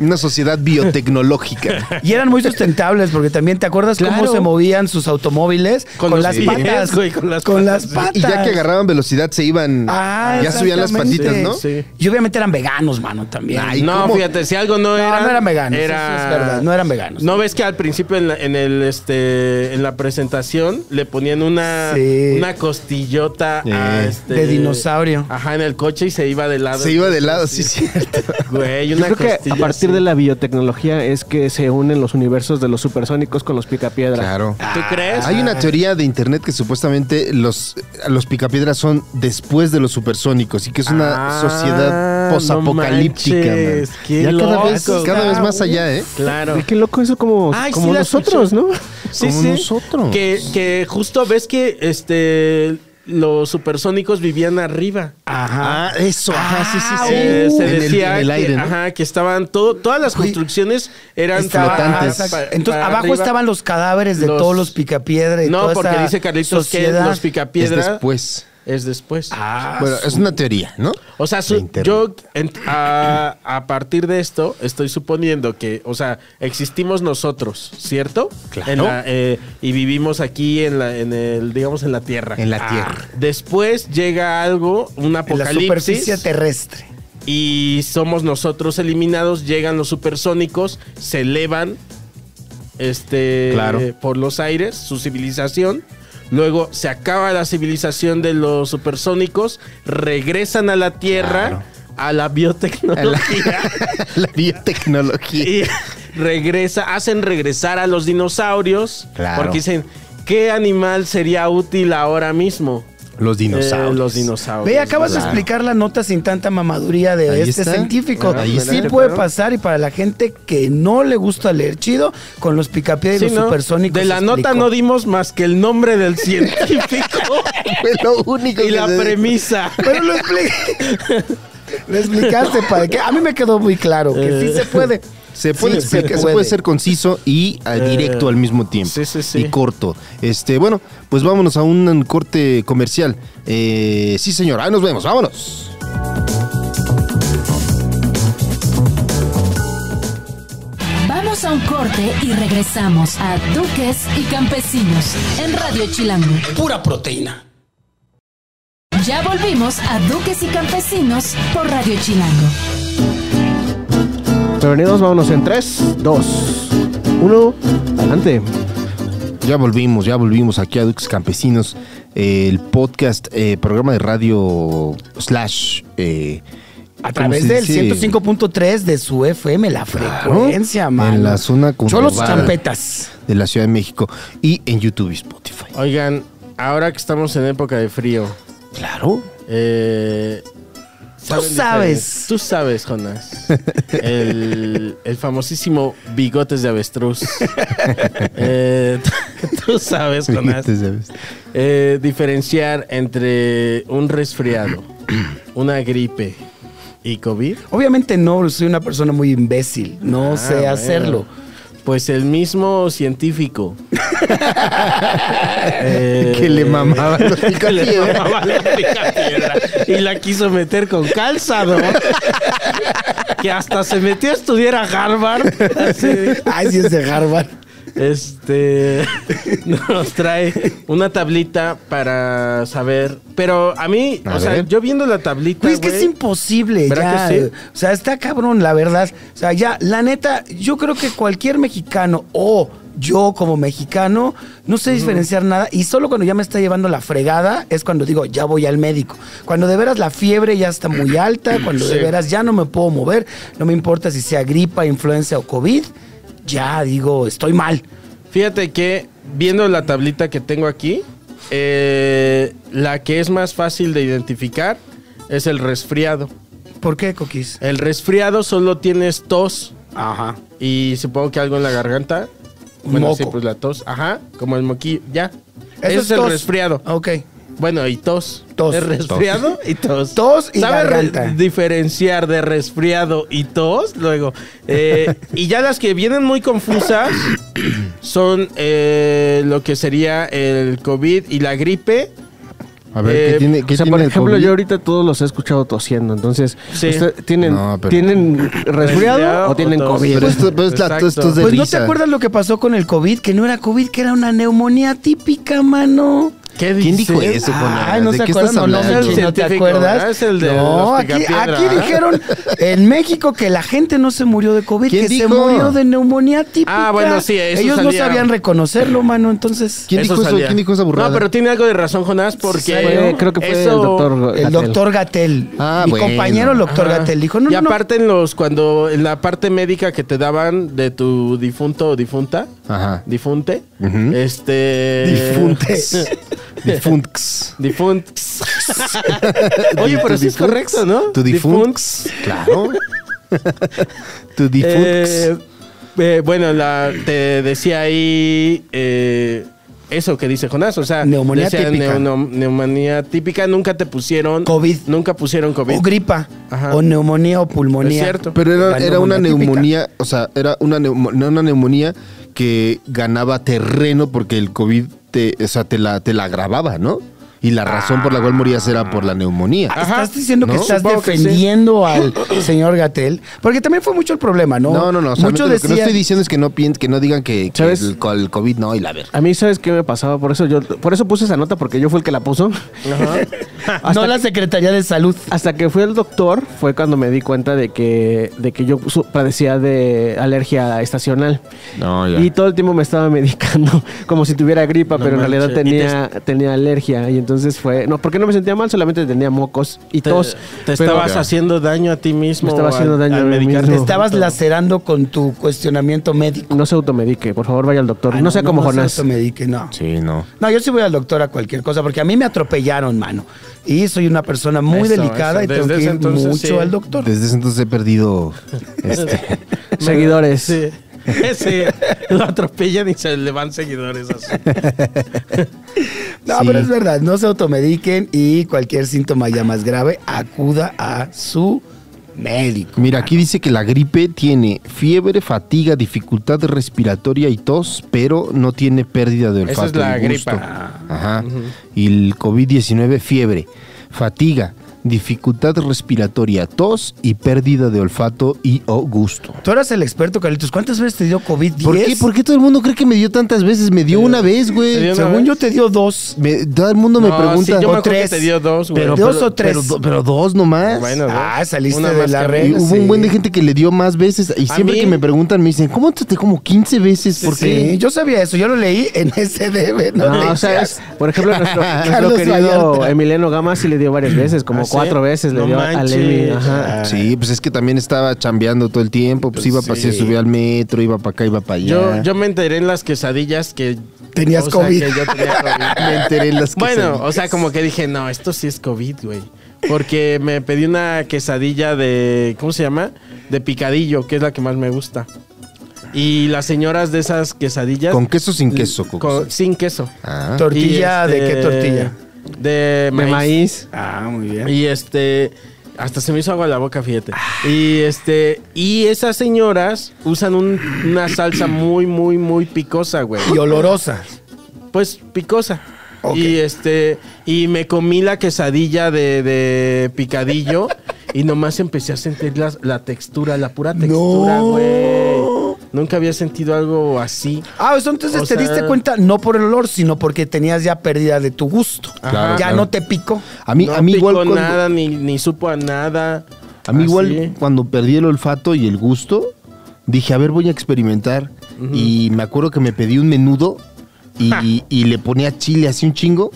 Una sociedad biotecnológica.
Y eran muy sustentables, porque también te acuerdas cómo
Claro.
se movían sus automóviles
Con
con,
los
las
pies,
patas.
güey, con las
con las
patas, sí.
patas.
Y ya que agarraban velocidad, se iban.
Ah,
ya subían las
exactamente.
patitas, ¿no?
Sí.
Y obviamente eran veganos, mano, también.
Ay,
no,
¿cómo?
fíjate, si algo no era.
no eran veganos, eso es verdad, no eran veganos.
No ves que al principio en la, en el, este, en la presentación le ponían una,
Sí.
una costillota
Sí.
a, este,
De dinosaurio.
Ajá, en el coche y se iba de lado.
Se iba de lado, sí, cierto.
Güey, una
creo que a
costilla,
partir
sí.
de la biotecnología es que se unen los universos de los supersónicos con los picapiedras.
Claro.
Ah,
¿Tú crees?
Hay una teoría de internet que supuestamente los, los picapiedras son después de los supersónicos y que es una
Ah,
sociedad posapocalíptica.
no
man.
manches, qué
ya cada,
loco.
vez, cada vez más allá, ¿eh?
Claro.
Ay, Qué loco eso como,
Ay,
como
sí la
nosotros,
escuché.
¿no?
Sí,
Como
sí.
nosotros.
Que, que justo ves que este los supersónicos vivían arriba. Ah,
Ajá. Ah, eso, ajá, sí, sí, sí.
Eh, se
En el-
decía
en el aire,
que,
¿no?
ajá, que estaban todo, todas las construcciones eran
Estaba-
flotantes.
exacto.
pa-
Entonces,
para
abajo
arriba.
estaban los cadáveres de
Los-
todos los picapiedra y
No,
toda
porque
esa
dice Carlitos
sociedad.
que los
Es
picapiedra es después.
después.
Ah,
Bueno, es una teoría, ¿no?
O sea, su-
De internet.
yo en- a, a partir de esto estoy suponiendo que, o sea, existimos nosotros, ¿cierto?
Claro.
En la, eh, y vivimos aquí en la, en el, digamos, en la Tierra. Ah,
En la Tierra.
Después llega algo, un
en la superficie
apocalipsis,
terrestre.
y somos nosotros eliminados. Llegan los supersónicos, se elevan, este,
Claro.
eh, por los aires, su civilización. Luego se acaba la civilización de los supersónicos, regresan a la Tierra, a la biotecnología.
La biotecnología.
y regresa, hacen regresar a los dinosaurios.
Claro.
Porque dicen, ¿qué animal sería útil ahora mismo?
Los dinosaurios.
Eh, los dinosaurios.
Ve, acabas de
claro.
explicar la nota sin tanta mamaduría de
Ahí
este
está.
científico.
Ahí
sí
está.
puede pasar y para la gente que no le gusta leer chido, con los picapiedra y
Sí,
los
¿no?
supersónicos.
De la nota no dimos más que el nombre del científico
Fue lo único
y
que
la
se-
premisa.
Pero lo expliqué. Lo explicaste para que a mí me quedó muy claro que
Eh.
sí se puede.
Eh, Se puede
Sí, se
explicar, se
puede.
puede ser conciso y eh, directo al mismo tiempo.
sí, sí, sí.
Y corto. Este, bueno, pues vámonos a un corte comercial. Eh, sí, señor, ahí nos vemos, vámonos.
Vamos a un corte y regresamos a Duques y Campesinos en Radio Chilango.
Pura proteína.
Ya volvimos a Duques y Campesinos por Radio Chilango.
Bienvenidos, vámonos en 3, 2, 1, adelante.
Ya volvimos, ya volvimos aquí a Dux Campesinos, eh, el podcast, eh, programa de radio slash. eh,
A
¿cómo
través
se
del
dice?
105.3 de su FM, la frecuencia,
Claro,
mano.
en la zona
Cholos
conurbada.
champetas.
de la Ciudad de México y en YouTube y Spotify.
Oigan, ahora que estamos en época de frío,
Claro.
eh, ¿saben
Tú sabes.
diferente? Tú sabes, Jonas. El, el famosísimo bigotes de avestruz. Eh, tú sabes, Jonas. eh, diferenciar entre un resfriado, una gripe y COVID.
Obviamente no, soy una persona muy imbécil. No
Ah,
sé
bueno.
hacerlo.
Pues el mismo científico. Eh,
Que le mamaba los
que le
picapiedra.
mamaba la picapiedra. Y la quiso meter con calzado. que hasta se metió a estudiar a Harvard. Así,
Ay, sí es de Harvard.
este nos trae una tablita para saber. Pero a mí,
A
o sea,
ver.
yo viendo la tablita.
Pues es que es
güey,
imposible, ya.
¿Verdad que sí?
O sea, está cabrón, la verdad. O sea, ya, la neta, yo creo que cualquier mexicano o yo como mexicano no sé diferenciar nada y solo cuando ya me está llevando la fregada es cuando digo, ya voy al médico. Cuando de veras la fiebre ya está muy alta, cuando de
Sí.
veras ya no me puedo mover, no me importa si sea gripa, influenza o COVID, ya digo, estoy mal.
Fíjate que viendo la tablita que tengo aquí, eh, la que es más fácil de identificar es el resfriado.
¿Por qué, Coquis?
El resfriado solo tienes tos
Ajá.
y supongo que algo en la garganta.
Un
Bueno,
moco.
sí, pues la tos. Ajá, como el moquillo. Ya. Ese
Eso
es, el
tos.
resfriado.
Ok.
Bueno, y tos.
Tos.
Es resfriado y tos.
Tos y
¿Sabes
garganta.
re- diferenciar de resfriado y tos? Luego. eh, y ya las que vienen muy confusas son eh, lo que sería el COVID y la gripe.
A ver,
Eh,
¿qué tiene, qué
o sea,
tiene
por
el
ejemplo,
COVID?
yo ahorita todos los he escuchado tosiendo, entonces,
Sí.
usted- ¿tienen,
No, pero-
¿tienen resfriado o tienen
tos.
COVID?
Pero esto, pero es la-
Exacto.
esto es de
Pues no te
risa.
acuerdas lo que pasó con el COVID, que no era COVID, que era una neumonía típica, mano.
¿Qué
¿Quién
dice?
dijo eso, Juana?
Ay, no
¿De
se
qué estás
acuerdan, no, no,
hablando?
no,
El
no te
científico, ¿verdad?
acuerdas.
Es el de
no,
los
aquí,
picapiedra,
aquí
¿verdad?
dijeron en México que la gente no se murió de COVID,
¿Quién
que
dijo?
se murió de neumonía típica.
Ah, bueno, sí, eso
Ellos no
salía.
sabían reconocerlo, mano, entonces.
¿Quién dijo eso?
salía.
¿Quién dijo esa burrada?
No, pero tiene algo de razón, Jonás, porque.
Sí, fue-
creo que fue el
eso-
doctor.
El
Gatell.
doctor Gatel.
Ah,
mi
bueno.
compañero, el doctor
Ajá.
Gatel, dijo: No,
y
no, no.
aparte en los cuando en la parte médica que te daban de tu difunto o difunta,
Ajá.
difunte,
Ujú.
este
Difuntes.
Difunx.
difunt. Oye, pero
Tu
sí es
difunx.
correcto, ¿no?
Tu difunx. Claro. tu difunx.
Eh, eh, bueno, la, te decía ahí eh, eso que dice Jonás, o sea,
Neumonía
decía
típica.
neuno- neumonía típica, nunca te pusieron
COVID.
nunca pusieron COVID.
O gripa,
Ajá.
o neumonía, o pulmonía.
Es cierto.
Pero
La
era, era una
típica.
neumonía, o sea, era una, neumo- no una neumonía que ganaba terreno porque el COVID te, o sea, te la, te la agravaba, ¿no? Y la razón por la cual morías era por la neumonía.
Ah, Estás diciendo que
¿No?
estás
Supongo que sí.
defendiendo al señor Gatel, porque también fue mucho el problema, ¿no?
No, no, no. o sea,
Mucho
lo que no
decían-
estoy diciendo es que no pien- que no digan que, que
¿Sabes?
el, co- el COVID no y la verga.
A mí, ¿sabes qué me pasaba? Por eso yo, por eso puse esa nota, porque yo fui el que la puso. Hasta
no la Secretaría de Salud.
Hasta que fui al doctor fue cuando me di cuenta de que, de que yo su- padecía de alergia estacional.
No,
Y todo el tiempo me estaba medicando como si tuviera gripa,
No
pero en realidad
manches.
tenía, tenía alergia. Y entonces fue... No, porque no me sentía mal, solamente tenía mocos y
Te,
tos.
te
Pero-
estabas haciendo daño a ti mismo.
Me estaba
al-
haciendo daño
al
a mí
medicarte.
Te
mismo.
estabas lacerando con tu cuestionamiento médico.
No se automedique, por favor vaya al doctor.
Ah,
no sea como Jonás.
se automedique, no.
Sí, no.
No, yo sí voy al doctor a cualquier cosa, porque a mí me atropellaron, mano. Y soy una persona muy
Eso,
delicada
eso.
y tengo
Desde
que ir
ese entonces,
mucho
sí.
al doctor.
Desde ese entonces he perdido este,
Seguidores.
Sí. Ese, lo atropellan y se le van seguidores así.
No,
Sí.
pero es verdad, no se automediquen y cualquier síntoma ya más grave, acuda a su médico.
Mira, aquí dice que la gripe tiene fiebre, fatiga, dificultad respiratoria y tos, pero no tiene pérdida de
Esa
olfato.
es la
y gusto.
gripa. Ah.
Ajá. Y el COVID-19, fiebre, fatiga, dificultad respiratoria, tos y pérdida de olfato y o gusto.
Tú eras el experto, Carlitos. ¿Cuántas veces te dio COVID-10?
¿Por qué? ¿Por qué todo el mundo cree que me dio tantas veces? Me dio una vez,
Eh, te dio
güey.
una
Según
vez.
yo,
Yo te dio dos.
me- todo el mundo me
No, sí,
pregunta.
yo me
"Oh,
acuerdo que
tres.
te dio dos, güey.
pero,
dos
pero-
o tres.
Pero, do- pero dos nomás.
Bueno, dos.
Ah, saliste
Una
de
más
la
que
red.
Y
menos.
hubo
sí.
un buen de gente que le dio más veces y
A
siempre
mí-
que me preguntan me dicen, ¿cómo te te como 15 veces? ¿Por
Sí,
qué?
yo sabía eso, yo lo leí en SDB. No,
No,
leí.
o sea, es- por ejemplo, nuestro, nuestro
Carlos
querido
Vallarta.
Emiliano Gama sí le dio varias veces, como
¿Ah, sí?
cuatro veces le
No
dio
manches.
a Levi.
Ah,
Ajá.
Sí, pues es que también estaba chambeando todo el tiempo, pues iba a pasear, subía al metro, iba para acá, iba para allá.
Yo, yo me enteré en las quesadillas que.
Tenías
o sea,
COVID.
que yo tenía COVID.
me enteré en las
Bueno,
quesadillas.
o sea, como que dije, no, esto sí es COVID, güey. Porque me pedí una quesadilla de. ¿Cómo se llama? De picadillo, que es la que más me gusta. Y las señoras de esas quesadillas.
¿Con queso o sin queso, Coco?
con- sin queso.
Ah.
¿Tortilla?
Y, este,
¿De qué tortilla?
De
De
maíz.
maíz.
Ah, muy bien.
Y este. Hasta se me hizo agua la boca, fíjate.
Ah.
Y este. Y esas señoras usan un- una salsa muy, muy, muy picosa, güey.
Y olorosa.
pues picosa.
Ok.
Y este, y me comí la quesadilla de, de picadillo y nomás empecé a sentir la, la textura, la pura textura, güey. Nunca había sentido algo así.
Ah, pues entonces
O
te
sea-
diste cuenta no por el olor, sino porque tenías ya pérdida de tu gusto.
Claro,
ya
claro.
no te picó.
a mí,
no
a mí
picó
igual cuando,
nada, ni, ni supo a nada.
a
Ah,
mí igual
Así.
cuando perdí el olfato y el gusto, dije, a ver, voy a experimentar. Y me acuerdo que me pedí un menudo y, y le ponía chile así un chingo.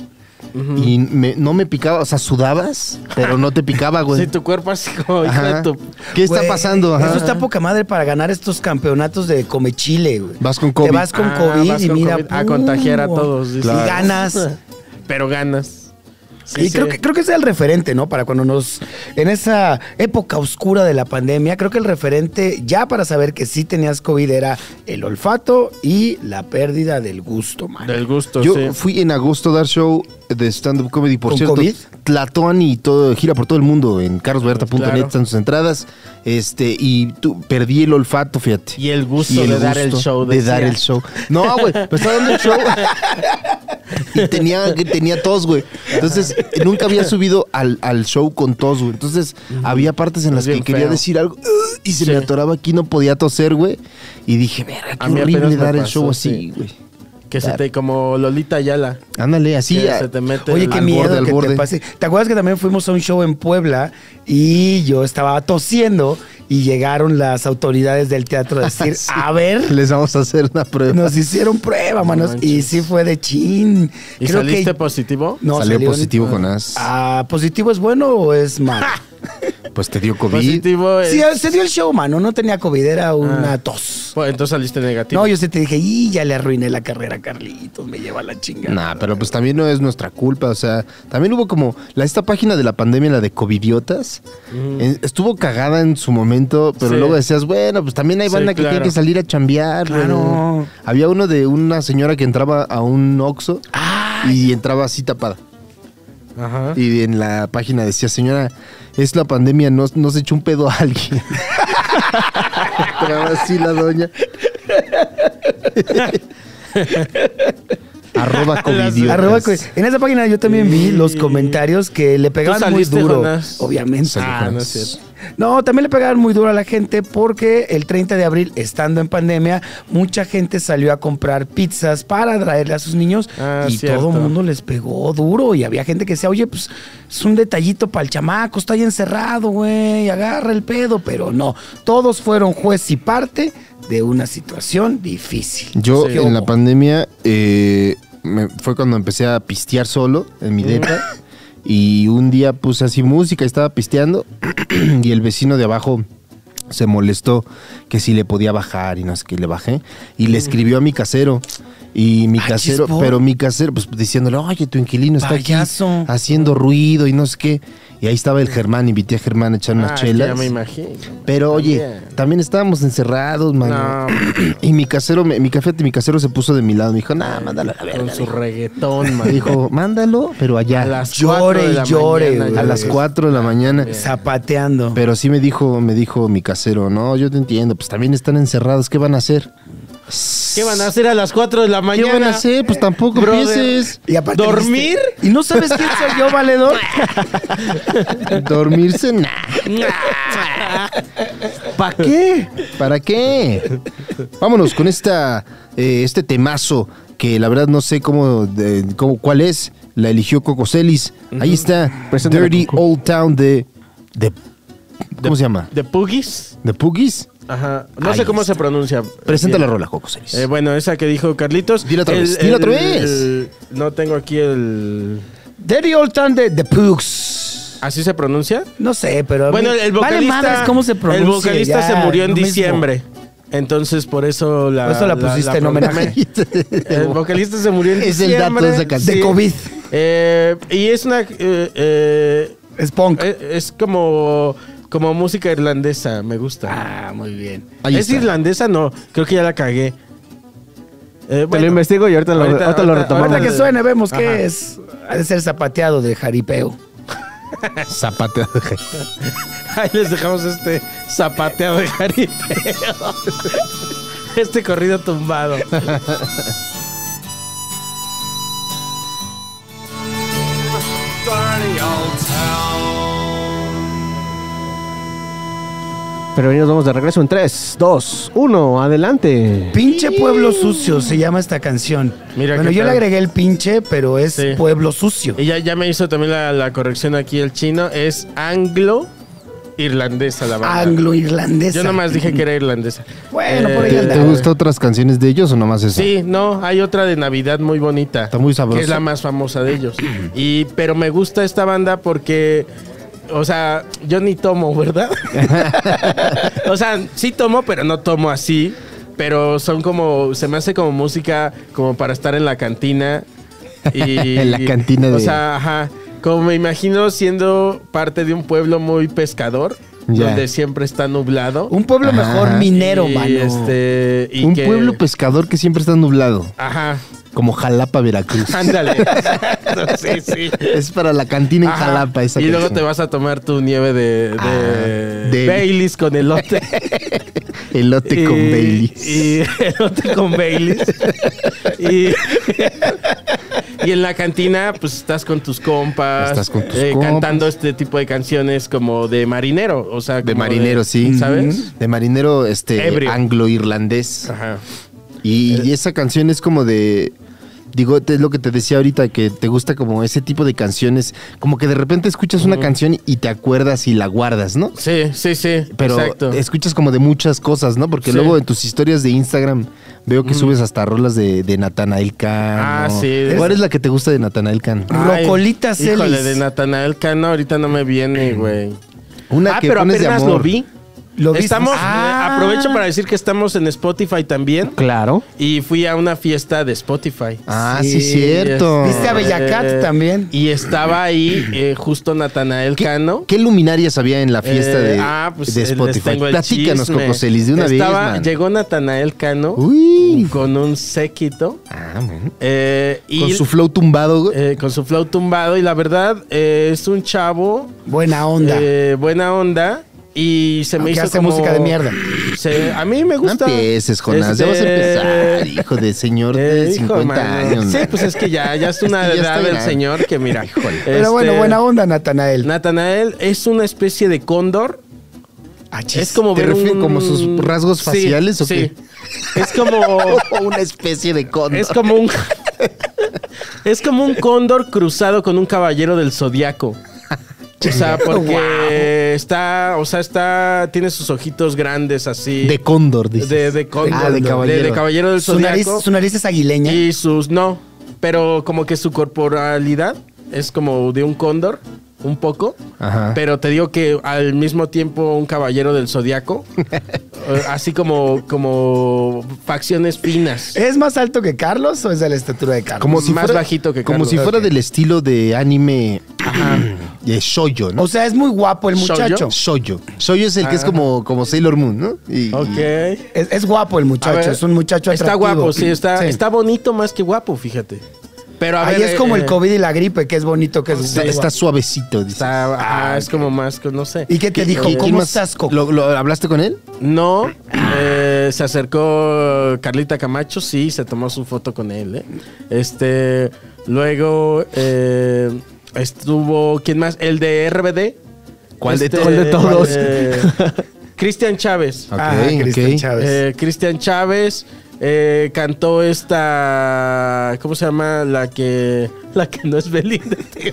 Y me- no me picaba, o sea, sudabas, pero no te picaba, güey.
Sí, tu cuerpo así como hijo
Pues Ajá.
de tu-
¿Qué está
Güey,
pasando? Ajá.
Eso está poca madre para ganar estos campeonatos de Come Chile, güey.
Vas con COVID.
Te vas con
Ah,
COVID
vas
y
con
mira.
COVID. A contagiar a
pum,
todos, dices.
Y
Claro.
ganas.
Pero ganas. Sí,
y
sí.
creo que creo que sea el referente, ¿no? Para cuando nos en esa época oscura de la pandemia, creo que el referente ya para saber que sí tenías COVID era el olfato y la pérdida del gusto, man.
Del gusto,
Yo
sí.
fui en agosto a dar show de stand-up comedy, por
¿Con
cierto.
COVID?
Tlatoani y todo, gira por todo el mundo en carlosberta.net
Claro.
están sus entradas. Este, y tú, perdí el olfato, fíjate.
Y el gusto
Y el
de dar el
gusto
show.
De dar
decía.
el show. No, güey, me estaba dando el show. y tenía, que tenía tos, güey. Entonces, nunca había subido al, al show con tos, güey. Entonces, había partes en las que
bien
quería
feo.
decir algo "Ugh", y se
Sí.
me atoraba aquí, no podía toser, güey. Y dije, verga, qué
A mí apenas
horrible
me
dar el
pasó,
show
sí.
así, güey.
Que se te, como Lolita Ayala.
Ándale, así.
que
a-
se te mete.
Oye,
el-
qué
al
miedo
borde, al
que te
borde.
pase. ¿Te acuerdas que también fuimos a un show en Puebla y yo estaba tosiendo y llegaron las autoridades del teatro a decir,
Sí.
a ver,
Les vamos a hacer una prueba.
nos hicieron prueba, manos.
manches.
Y sí fue de chin.
¿Y
Creo
saliste
que...
positivo?
No,
Salió
salieron-
positivo con as.
Ah, ¿positivo es bueno o es malo?
Pues te dio COVID.
Positivo eh, es-
sí, se dio el show, mano. No tenía COVID, era una tos.
Pues, entonces saliste negativo.
No, yo sí te dije, y ya le arruiné la carrera a Carlitos, me lleva la chingada.
Nah, pero pues también no es nuestra culpa, o sea, también hubo como la, esta página de la pandemia, la de covidiotas, en- estuvo cagada en su momento, pero
Sí.
luego decías, bueno, pues también hay
Sí,
banda que
claro.
tiene que salir a chambear. güey.
Claro.
Había uno de una señora que entraba a un Oxxo y entraba así tapada.
Ajá.
Y en la página decía, señora, es la pandemia, no, no se echó un pedo a alguien. Entraba así la doña. Arroba covidiotas.
Arroba co- en esa página yo también vi los comentarios que le pegaban
saliste,
muy duro.
Jonás?
Obviamente.
Ah, no es cierto.
No, también le pegaban muy duro a la gente porque el 30 de abril, estando en pandemia, mucha gente salió a comprar pizzas para traerle a sus niños
Ah,
y
cierto.
todo el mundo les pegó duro. Y había gente que decía, oye, pues es un detallito para el chamaco, está ahí encerrado, güey, agarra el pedo. Pero no, todos fueron juez y parte de una situación difícil.
Yo
¿Qué
en la
hubo?
pandemia eh, me- fue cuando empecé a pistear solo en mi depa. y un día puse así música, estaba pisteando. y el vecino de abajo se molestó que si le podía bajar y no sé qué, y le bajé. Y le escribió a mi casero. Y mi
Ah,
casero,
chispo.
pero mi casero, pues diciéndole, oye, tu inquilino está
Payaso.
aquí haciendo ruido y no sé qué. Y ahí estaba el Germán, invité a Germán a echar unas
Ah, es que
chelas.
Ya me imagino.
Pero oye,
También.
también estábamos encerrados, mano. y mi casero, me- mi café, mi casero se puso de mi lado. Me dijo, nah, mándalo a la
Con
verga.
su reggaetón, man.
Me dijo, mándalo, pero allá.
A las
Llore
cuatro de
y
la
llore,
mañana,
güey.
ya
a las
ves.
4 de la mañana.
Zapateando.
Pero sí me dijo, me dijo mi casero, no, yo te entiendo, pues también están encerrados, ¿qué van a hacer?
¿Qué van a hacer a las 4 de la
¿Qué
mañana?
van a hacer? Pues tampoco
Brother.
empieces.
Y aparte
¿Dormir?
dijiste, ¿Y no sabes quién soy yo, valedor?
Dormirse, nah.
¿Para qué?
¿Para qué? Vámonos con esta, eh, este temazo que la verdad no sé cómo, de- cómo- cuál es. La eligió Coco Celis. Ahí está.
Preséntala,
Dirty
Coco.
Old Town de, de- ¿Cómo se llama?
¿De Puggies?
¿De Puggies?
Ajá. No
Ahí
sé cómo
está.
se pronuncia.
Presenta la
Bien.
rola, Coco Celis.
Eh, bueno, esa que dijo Carlitos.
Dila otra vez, dila otra vez.
el- no tengo aquí el.
Dirty Old Town de The Pugs.
¿Así se pronuncia?
No sé, pero. a mí-
Bueno, el, el vocalista.
Vale madres cómo se pronuncia.
El vocalista
ya,
se murió en
lo mismo.
diciembre. Entonces, por eso la.
Por eso la pusiste en homenaje.
El vocalista se murió en
Es el
diciembre.
dato de esa canción.
De COVID.
Eh, y es una. eh, eh,
Es punk.
eh, es como. Como música irlandesa, me gusta.
Ah, muy bien.
Ahí
¿Es
está.
irlandesa? No, creo que ya la cagué. Eh,
Te
bueno.
lo investigo y ahorita, lo-
Ahorita-
ahorita lo
ahorita-
retomamos.
Ahorita que suene, vemos
Ajá.
qué es. Ha de ser zapateado de jaripeo.
Zapate.
Ahí les dejamos este zapateado de jaripeo. Este corrido tumbado.
Pero hoy nos vamos de regreso en 3, 2, 1, adelante.
Pinche pueblo sucio se llama esta canción.
Mira
bueno,
qué
yo le
tal.
agregué el pinche, pero es
Sí.
pueblo sucio.
Y ya, ya me hizo también la, la corrección aquí el chino. Es anglo-irlandesa la banda.
Anglo-irlandés.
Yo nomás dije eh, que era irlandesa.
Bueno, por ahí
¿Te,
anda.
te gustan otras canciones de ellos o nomás esa?
Sí, no, hay otra de Navidad muy bonita.
Está muy sabrosa.
Que es la más famosa de ellos. Y, pero me gusta esta banda porque, o sea, yo ni tomo, ¿verdad? o sea, sí tomo, pero no tomo así. Pero son como, se me hace como música como para estar en la cantina. Y,
En la cantina de-
O sea, ajá. Como me imagino siendo parte de un pueblo muy pescador,
Ya.
donde siempre está nublado.
Un pueblo
Ajá.
mejor minero,
Y,
mano.
este, y
Un
que-
pueblo pescador que siempre está nublado,
Ajá.
como Jalapa, Veracruz.
Ándale. Exacto, sí, sí.
es para la cantina en
Ajá.
Jalapa esa
y luego
canción.
te vas a tomar tu nieve de, de,
Ah, de-
Baileys con elote.
Elote con
Y-
Baileys.
Y elote con Baileys. y, y en la cantina, pues estás con tus compas.
Estás con tus
eh,
compas.
Cantando este tipo de canciones como de marinero. O sea,
De
como
marinero, sí.
¿Sabes?
De marinero este
Ebrio. Ah. Eh.
anglo-irlandés.
Ajá.
Y, y esa canción es como de. Digo, es lo que te decía ahorita, que te gusta como ese tipo de canciones, como que de repente escuchas una canción y te acuerdas y la guardas, ¿no?
Sí, sí, sí.
Pero
exacto.
escuchas como de muchas cosas, ¿no? Porque
Sí. Mm.
luego en tus historias de Instagram veo que subes hasta rolas de, de Natanael Khan.
Ah,
¿no?
sí. Ah,
¿Cuál es la que te gusta de Natanael Khan?
Ay,
Rocolitas
Híjole,
Celis.
de Natanael Cano ahorita no me viene, güey.
Una
ah,
que
pero
pones de
apenas
amor.
lo vi.
¿Lo viste?
Estamos,
Ah.
eh, aprovecho para decir que estamos en Spotify también.
Claro.
Y fui a una fiesta de Spotify.
Ah, sí,
Sí,
cierto.
¿Viste a Bellacat
Eh,
también?
Y estaba ahí eh, justo Natanael Cano.
¿Qué luminarias había en la fiesta
Eh,
de,
ah, pues,
de
les
Spotify?
tengo el
Platícanos,
chisme.
Cocoselis, de una
Estaba-
vez. man.
Llegó Natanael Cano
Uy.
con un séquito.
Ah, man.
eh, y,
Con su flow tumbado, güey.
eh, con su flow tumbado. Y la verdad, eh, es un chavo
Buena onda.
eh, buena onda. Y se me
Aunque
hizo
hace
como-
música de mierda.
Se- a mí me
No
gusta.
empieces, Jonás. Ya vas a
Este-
empezar, hijo de señor
Eh,
de
hijo,
50
mano.
años.
Sí,
man.
pues es que ya, ya es una
Es que ya
edad
está
del
grande.
señor que mira. Este,
Pero bueno, buena onda, Natanael.
Natanael es una especie de cóndor.
Ah, chis.
Es como
¿Te
ver
refiere
un-
como sus rasgos
Sí,
faciales o
sí.
qué?
Es como
O una especie de cóndor.
es como un es como un cóndor cruzado con un caballero del zodiaco. O sea, porque está, o sea, está tiene sus ojitos grandes así.
De cóndor, dices.
de, de cóndor,
Ah, de caballero.
de caballero del
Su nariz,
zodiaco.
su nariz es aguileña.
Y sus, no, pero como que su corporalidad es como de un cóndor, un poco.
Ajá.
Pero te digo que al mismo tiempo un caballero del zodiaco, eh, así como, como facciones finas.
¿Es más alto que Carlos o es de la estatura de Carlos?
Como si
más
fuera,
bajito que
Como
Carlos.
si fuera
Ok.
del estilo de anime de shoyo, ¿no?
O sea, es muy guapo el
¿Soy
muchacho.
Shoyo. Shoyo es el que es como, como Sailor Moon, ¿no? Y-
Ok.
Es, es guapo el
A
muchacho,
ver,
es un muchacho atractivo.
Está guapo, sí está,
Sí.
está bonito más que guapo, fíjate. Pero a
Ahí
ver,
es como
eh, Ah,
el COVID y la gripe, que es bonito, que es
y está, está suavecito, dice.
Está, ajá, es como más, que- no sé.
Ah, ¿Y qué te dijo?
¿Quién
¿Cómo
más?
estás, Coco?
¿Lo, lo- hablaste con él?
No, eh, se acercó Carlita Camacho, sí, se tomó su foto con él. ¿eh? Este, luego eh, estuvo, ¿quién más? El de RBD.
¿Cuál de
Este,
todos? ¿Cuál de
todos?
eh, Cristian Chávez.
Ajá,
Ok,
Ah, Cristian
ok.
Chávez.
Eh, Cristian Chávez eh, cantó esta, ¿cómo se llama? La que, la que no es Belinda. tío.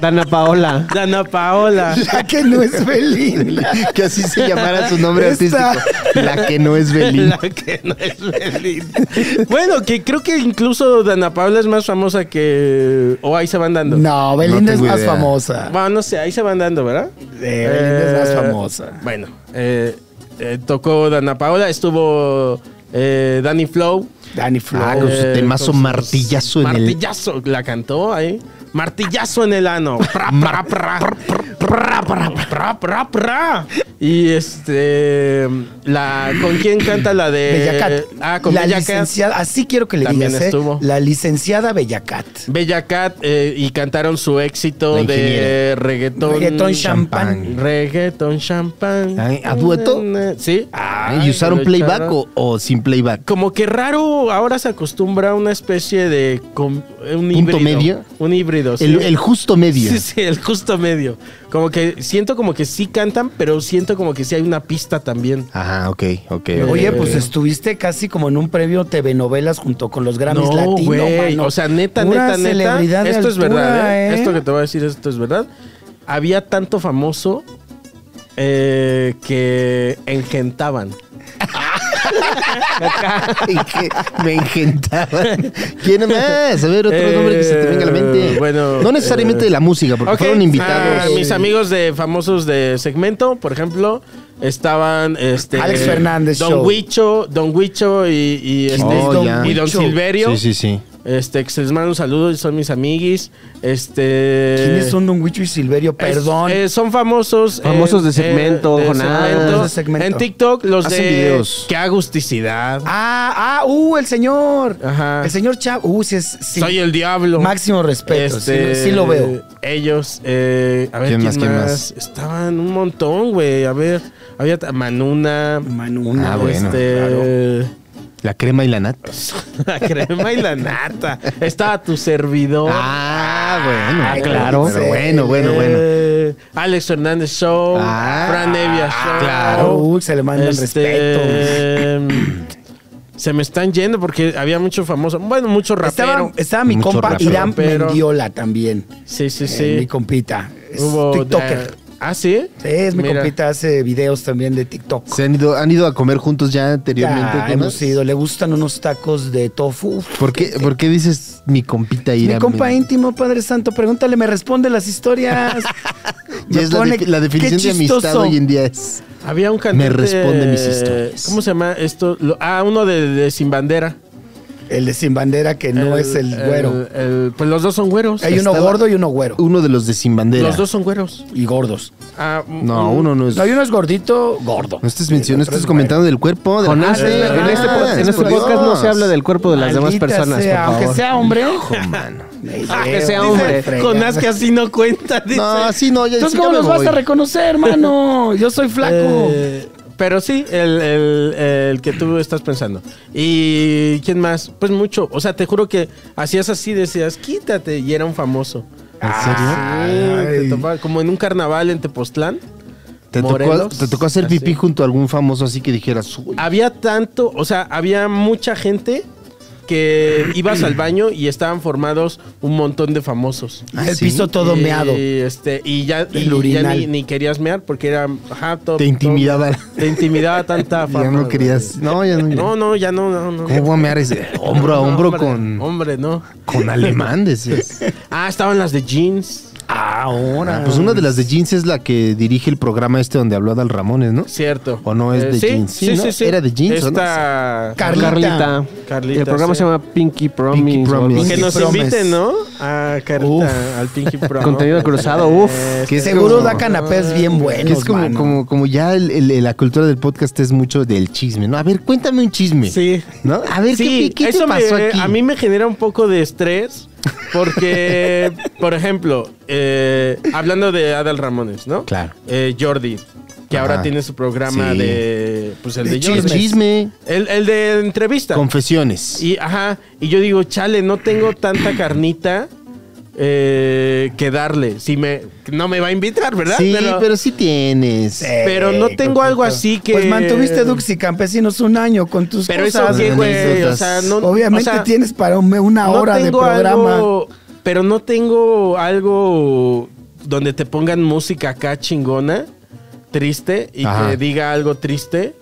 Dana Paola.
Dana Paola.
La que no es Belinda.
que así se llamara su nombre
Esta.
artístico. La que no es Belinda.
La que no es Belinda. bueno, que creo que incluso Dana Paula es más famosa que. O ahí se van dando.
No, Belinda
No
es
tengo
más
idea.
famosa.
Bueno, no sé, ahí se van dando, ¿verdad?
Eh, Belinda es más famosa.
Bueno, eh, eh, tocó Dana Paula, estuvo eh, Danny Flow.
Danny Flow.
Ah, con su
Eh,
temazo
con sus-
martillazo en el.
Martillazo, la cantó ahí. Martillazo en el ano. Pra, pra, pra. Pra, pra, pra, pra, pra. Y este. La, ¿Con quién canta la de.
Bellacat.
Ah, con
la
Bellacat.
licenciada, así quiero que le
También
digas, ¿eh?
estuvo.
La licenciada Bellacat.
Bellacat eh, y cantaron su éxito
La ingeniera.
de reggaetón.
Reggaetón champán.
Reggaetón champán.
Ay, Ah, ¿a dueto?
Sí.
¿Y usaron
lo
playback
echaron.
o, o sin playback?
Como que raro, ahora se acostumbra a una especie de. com- un híbrido.
medio?
Un híbrido. sí.
El, el justo medio.
Sí, sí, el justo medio. Como que siento como que sí cantan, pero siento como que sí hay una pista también.
Ajá, ok, ok.
Eh,
Oye,
ok.
pues estuviste casi como en un previo TV novelas junto con los Grammys
No,
Latino,
güey.
mano.
O sea, neta,
Pura
neta, neta. Esto
celebridad de
es
altura,
verdad, ¿eh?
¿eh?
Esto que te voy a decir, esto es verdad. Había tanto famoso eh, que engentaban.
Y que me engentaban. ¿Quién más? A ver, otro
Eh,
nombre que se te venga a la mente.
bueno,
no necesariamente
eh,
de la música, porque
Ok,
fueron invitados.
ah, mis amigos de famosos de segmento, por ejemplo, estaban este
Alex Fernández
Don
Show.
Huicho, Don Huicho y, y, este,
Oh,
Don-
ya.
y Don
Huicho.
Silverio.
Sí, sí, sí.
Este, que se les mando un saludo, y son mis amiguis. Este.
¿Quiénes son Don Huicho y Silverio?
Es-
Perdón.
eh, son famosos. eh,
Famosos de segmento, Jonás.
De segmento.
En TikTok, los
Hacen
de.
videos.
Qué agusticidad.
Ah, ah, uh, el señor.
Ajá.
El señor Chavo. Uh, sí, es, sí.
Soy el diablo.
Máximo respeto.
Este,
sí, sí lo veo.
Ellos, eh, a ver,
¿Quién
¿quién,
más,
más,
quién
Estaban un montón, güey. A ver, había ta- Manuna.
Manuna.
Ah, bueno,
este,
La crema y la nata.
La crema y la nata. Estaba tu servidor.
Ah, bueno.
Ah, claro.
Pero bueno, bueno, bueno.
Eh, Alex Hernández Show,
Ah,
Fran Evia Show.
claro. Uy, se le mandan respetos.
respeto. se me están yendo porque había mucho famoso, bueno, mucho rapero.
Estaba, estaba mi
Mucho
compa
rapero.
Irán
Rapero.
Mendiola también.
sí, sí, sí.
Eh, mi compita. Es
Hubo
TikToker.
de- ah, sí.
Sí, es mi
Mira.
compita, hace videos también de TikTok.
Se han ido, han ido a comer juntos ya anteriormente.
Ya
¿no?
hemos ido, le gustan unos tacos de tofu. Uf,
¿Por qué, por qué dices mi compita
Mi
Ira?
compa
Mira,
íntimo, Padre Santo, pregúntale, me responde las historias.
Ya
Me
es la,
pone,
defi- la
"Qué
definición de amistad
chistoso".
hoy en día es.
Había un cantante.
responde mis historias.
¿Cómo se llama esto? Lo- ah, uno de, de Sin Bandera.
El de Sin Bandera, que no es el güero.
el- el- pues los dos son güeros.
Hay uno
estaba-
gordo y uno güero.
Uno de los de Sin Bandera.
Los dos son güeros.
Y gordos.
Ah,
No,
mm,
uno no es.
No, y uno es gordito, gordo.
No estés mencionando,
otro
estás
es
comentando del cuerpo. De la
Jonás,
gente.
eh, en este,
Ah,
podcast- en este
por Dios.
podcast no se habla del cuerpo de las demás
Maldita
personas,
sea,
por
Aunque
favor.
sea hombre.
Ah, que sea hombre.
Dice,
Con as que así no cuenta. dice.
No, sí, no. Ya,
Entonces,
sí,
¿cómo
ya me
los vas
voy.
a reconocer, hermano? Yo soy flaco.
Eh, pero sí, el, el- el que tú estás pensando. ¿Y quién más? Pues mucho. O sea, te juro que hacías así, decías, quítate. Y era un famoso.
¿En serio?
Ay, te topaba- como en un carnaval en Tepoztlán.
¿Te tocó,
Morelos, Ah,
te tocó hacer pipí
así.
junto a algún famoso así que dijeras. "Uy".
Había tanto, o sea, había mucha gente que ibas al baño y estaban formados un montón de famosos.
Ah, el
¿sí?
piso todo
y,
meado.
Este, y ya, y
El
ya
urinal.
ni, ni querías mear porque era. ajá, todo-
Te intimidaba.
todo- te intimidaba tanta fama.
Ya no
güey.
querías. No, ya no.
No, no, ya no, no, no.
¿Cómo voy a mear ese? Hombro a
No,
hombro
hombre,
con,
Hombre, no.
con alemán, decías.
Ah, estaban las de jeans.
Ahora.
Pues una de las de jeans es la que dirige el programa este donde habló Adal Ramones, ¿no?
Cierto. Eh,
¿O no es de
sí,
jeans? Sí,
Sí,
¿no?
sí, sí.
Era de jeans, ¿o no?
Esta...
Carlita.
Carlita.
Carlita,
el programa
sí.
se llama Pinky Promise.
Pinky
o algo
Promise.
así.
Que
Pinky
nos
Promise.
inviten, ¿no? A Carita, al Pinky Pro. ¿no?
Contenido cruzado,
Eh,
uf.
Que es
Seguro
como-
da canapés bien buenos,
Que es como,
mano.
como, como ya el- el- la cultura del podcast es mucho del chisme, ¿no? A ver, cuéntame un chisme.
Sí.
¿No? A ver,
Sí,
¿qué, qué te
eso me-
pasó aquí?
a mí me genera un poco de estrés porque, por ejemplo, eh, hablando de Adal Ramones, ¿no?
Claro.
Eh, Jordi, que ahora
Ajá.
tiene su programa
Sí.
de, pues el de,
El
Jordi.
chisme,
El, el de entrevista.
confesiones.
Y, ajá, y yo digo, chale, no tengo tanta carnita eh, que darle. Si me, no me va a invitar, ¿verdad?
sí, pero, sí tienes.
pero no tengo algo así que-
Pues mantuviste Dux y Campesinos un año con tus
Pero eso
cosas.
qué, güey, o
anécdotas.
sea, no,
Obviamente
o sea,
tienes para un- una
no
hora de
tengo
programa.
algo- pero no tengo algo donde te pongan música acá chingona, triste, y
Ajá.
que diga algo triste.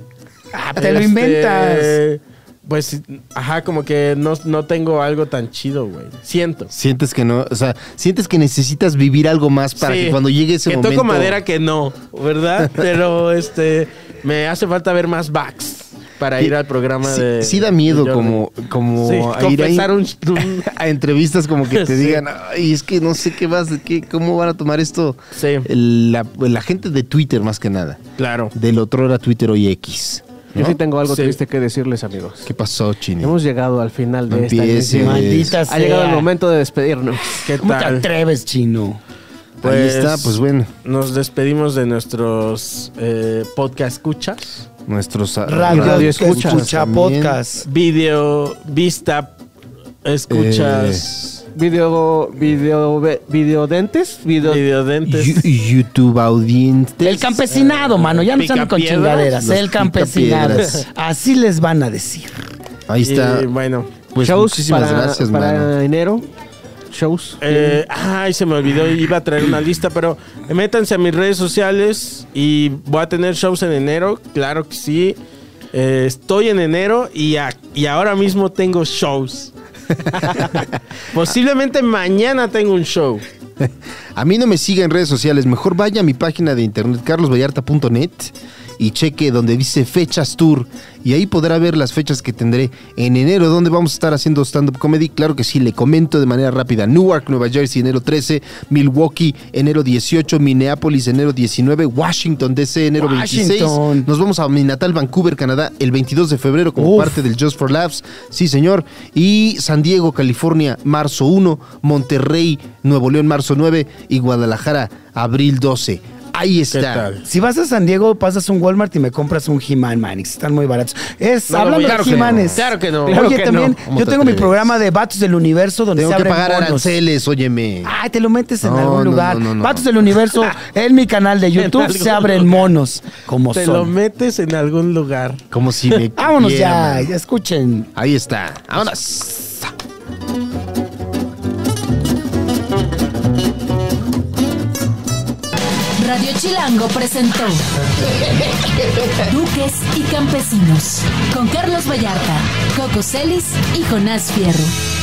Ah, te lo
Este,
inventas.
Pues, ajá, como que no, no tengo algo tan chido, güey. Siento.
Sientes que no, o sea, sientes que necesitas vivir algo más para
Sí,
que cuando llegue ese
que
momento.
toco madera que no, ¿verdad? Pero este me hace falta ver más backs para ir al programa
sí,
de.
sí da
de
miedo
Jordi.
como, como
Sí,
a ir ahí
confesar un- un-
a entrevistas como que te
Sí.
digan, ay, es que no sé qué vas, qué, cómo van a tomar esto
Sí.
El- la, pues, la gente de Twitter más que nada.
Claro.
Del otro era Twitter hoy X.
Yo sí tengo algo
Sí.
triste que decirles, amigos.
¿Qué pasó, Chini?
Hemos llegado al final
No
de esta
empieces.
emisión.
Maldita sea.
Ha llegado el momento de despedirnos.
¿Qué
¿Cómo te
tal?
atreves, chino?
Ahí está, pues bueno,
Nos despedimos de nuestros eh, podcast escuchas,
nuestros ah,
Radio, escucha,
radioescuchas también.
podcast.
video, vista, escuchas,
Video, video, video dentes,
Eh,
video,
videodentes.
Yu- YouTube audientes.
El campesinado, mano. Ya no están con
picapiedras,
chingaderas.
los
El campesinado.
picapiedras.
Así les van a decir.
Ahí está.
Y bueno.
Pues
shows
muchísimas
para,
gracias,
para
mano.
enero. Shows.
Eh, ay, se me olvidó, iba a traer una lista, pero métanse a mis redes sociales y voy a tener shows en enero, claro que sí. Eh, estoy en enero y, a- y ahora mismo tengo shows. Posiblemente mañana tengo un show.
A mí no me siga en redes sociales, mejor vaya a mi página de internet carlosvallarta.net y cheque donde dice fechas tour y ahí podrá ver las fechas que tendré en enero donde vamos a estar haciendo stand-up comedy. Claro que sí, le comento de manera rápida. Newark, Nueva Jersey, enero 13, Milwaukee, enero 18, Minneapolis, enero 19, Washington, D.C., enero 26.
Washington.
Nos vamos a mi natal Vancouver, Canadá, el 22 de febrero como
Uf.
parte del Just for Labs. Sí, señor. Y San Diego, California, marzo 1. Monterrey, Nuevo León, marzo 9. Y Guadalajara, abril 12. Ahí está.
tal?
Si vas a San Diego, pasas un Walmart y me compras un He-Man, Manix. Están muy baratos. Es,
No lo
hablando
voy a-
de
claro que
He-Manes.
no. Claro que no.
Oye,
Claro
que
también,
no.
¿Cómo
yo
te
tengo mi
atreves?
programa de Vatos del Universo donde
Tengo
se
que
abren
pagar
bonos.
aranceles, óyeme.
Ay, te lo metes en
No,
algún
no,
lugar.
no, no, no.
Vatos del Universo, en mi canal de YouTube
algún
se abren
lugar.
monos como
Te lo
son.
metes en algún lugar.
Como si me
Vámonos
quiera,
ya,
man.
ya escuchen.
Ahí está. Vámonos.
Radio Chilango presentó Duques y Campesinos con Carlos Vallarta, Coco Celis y Jonás Fierro.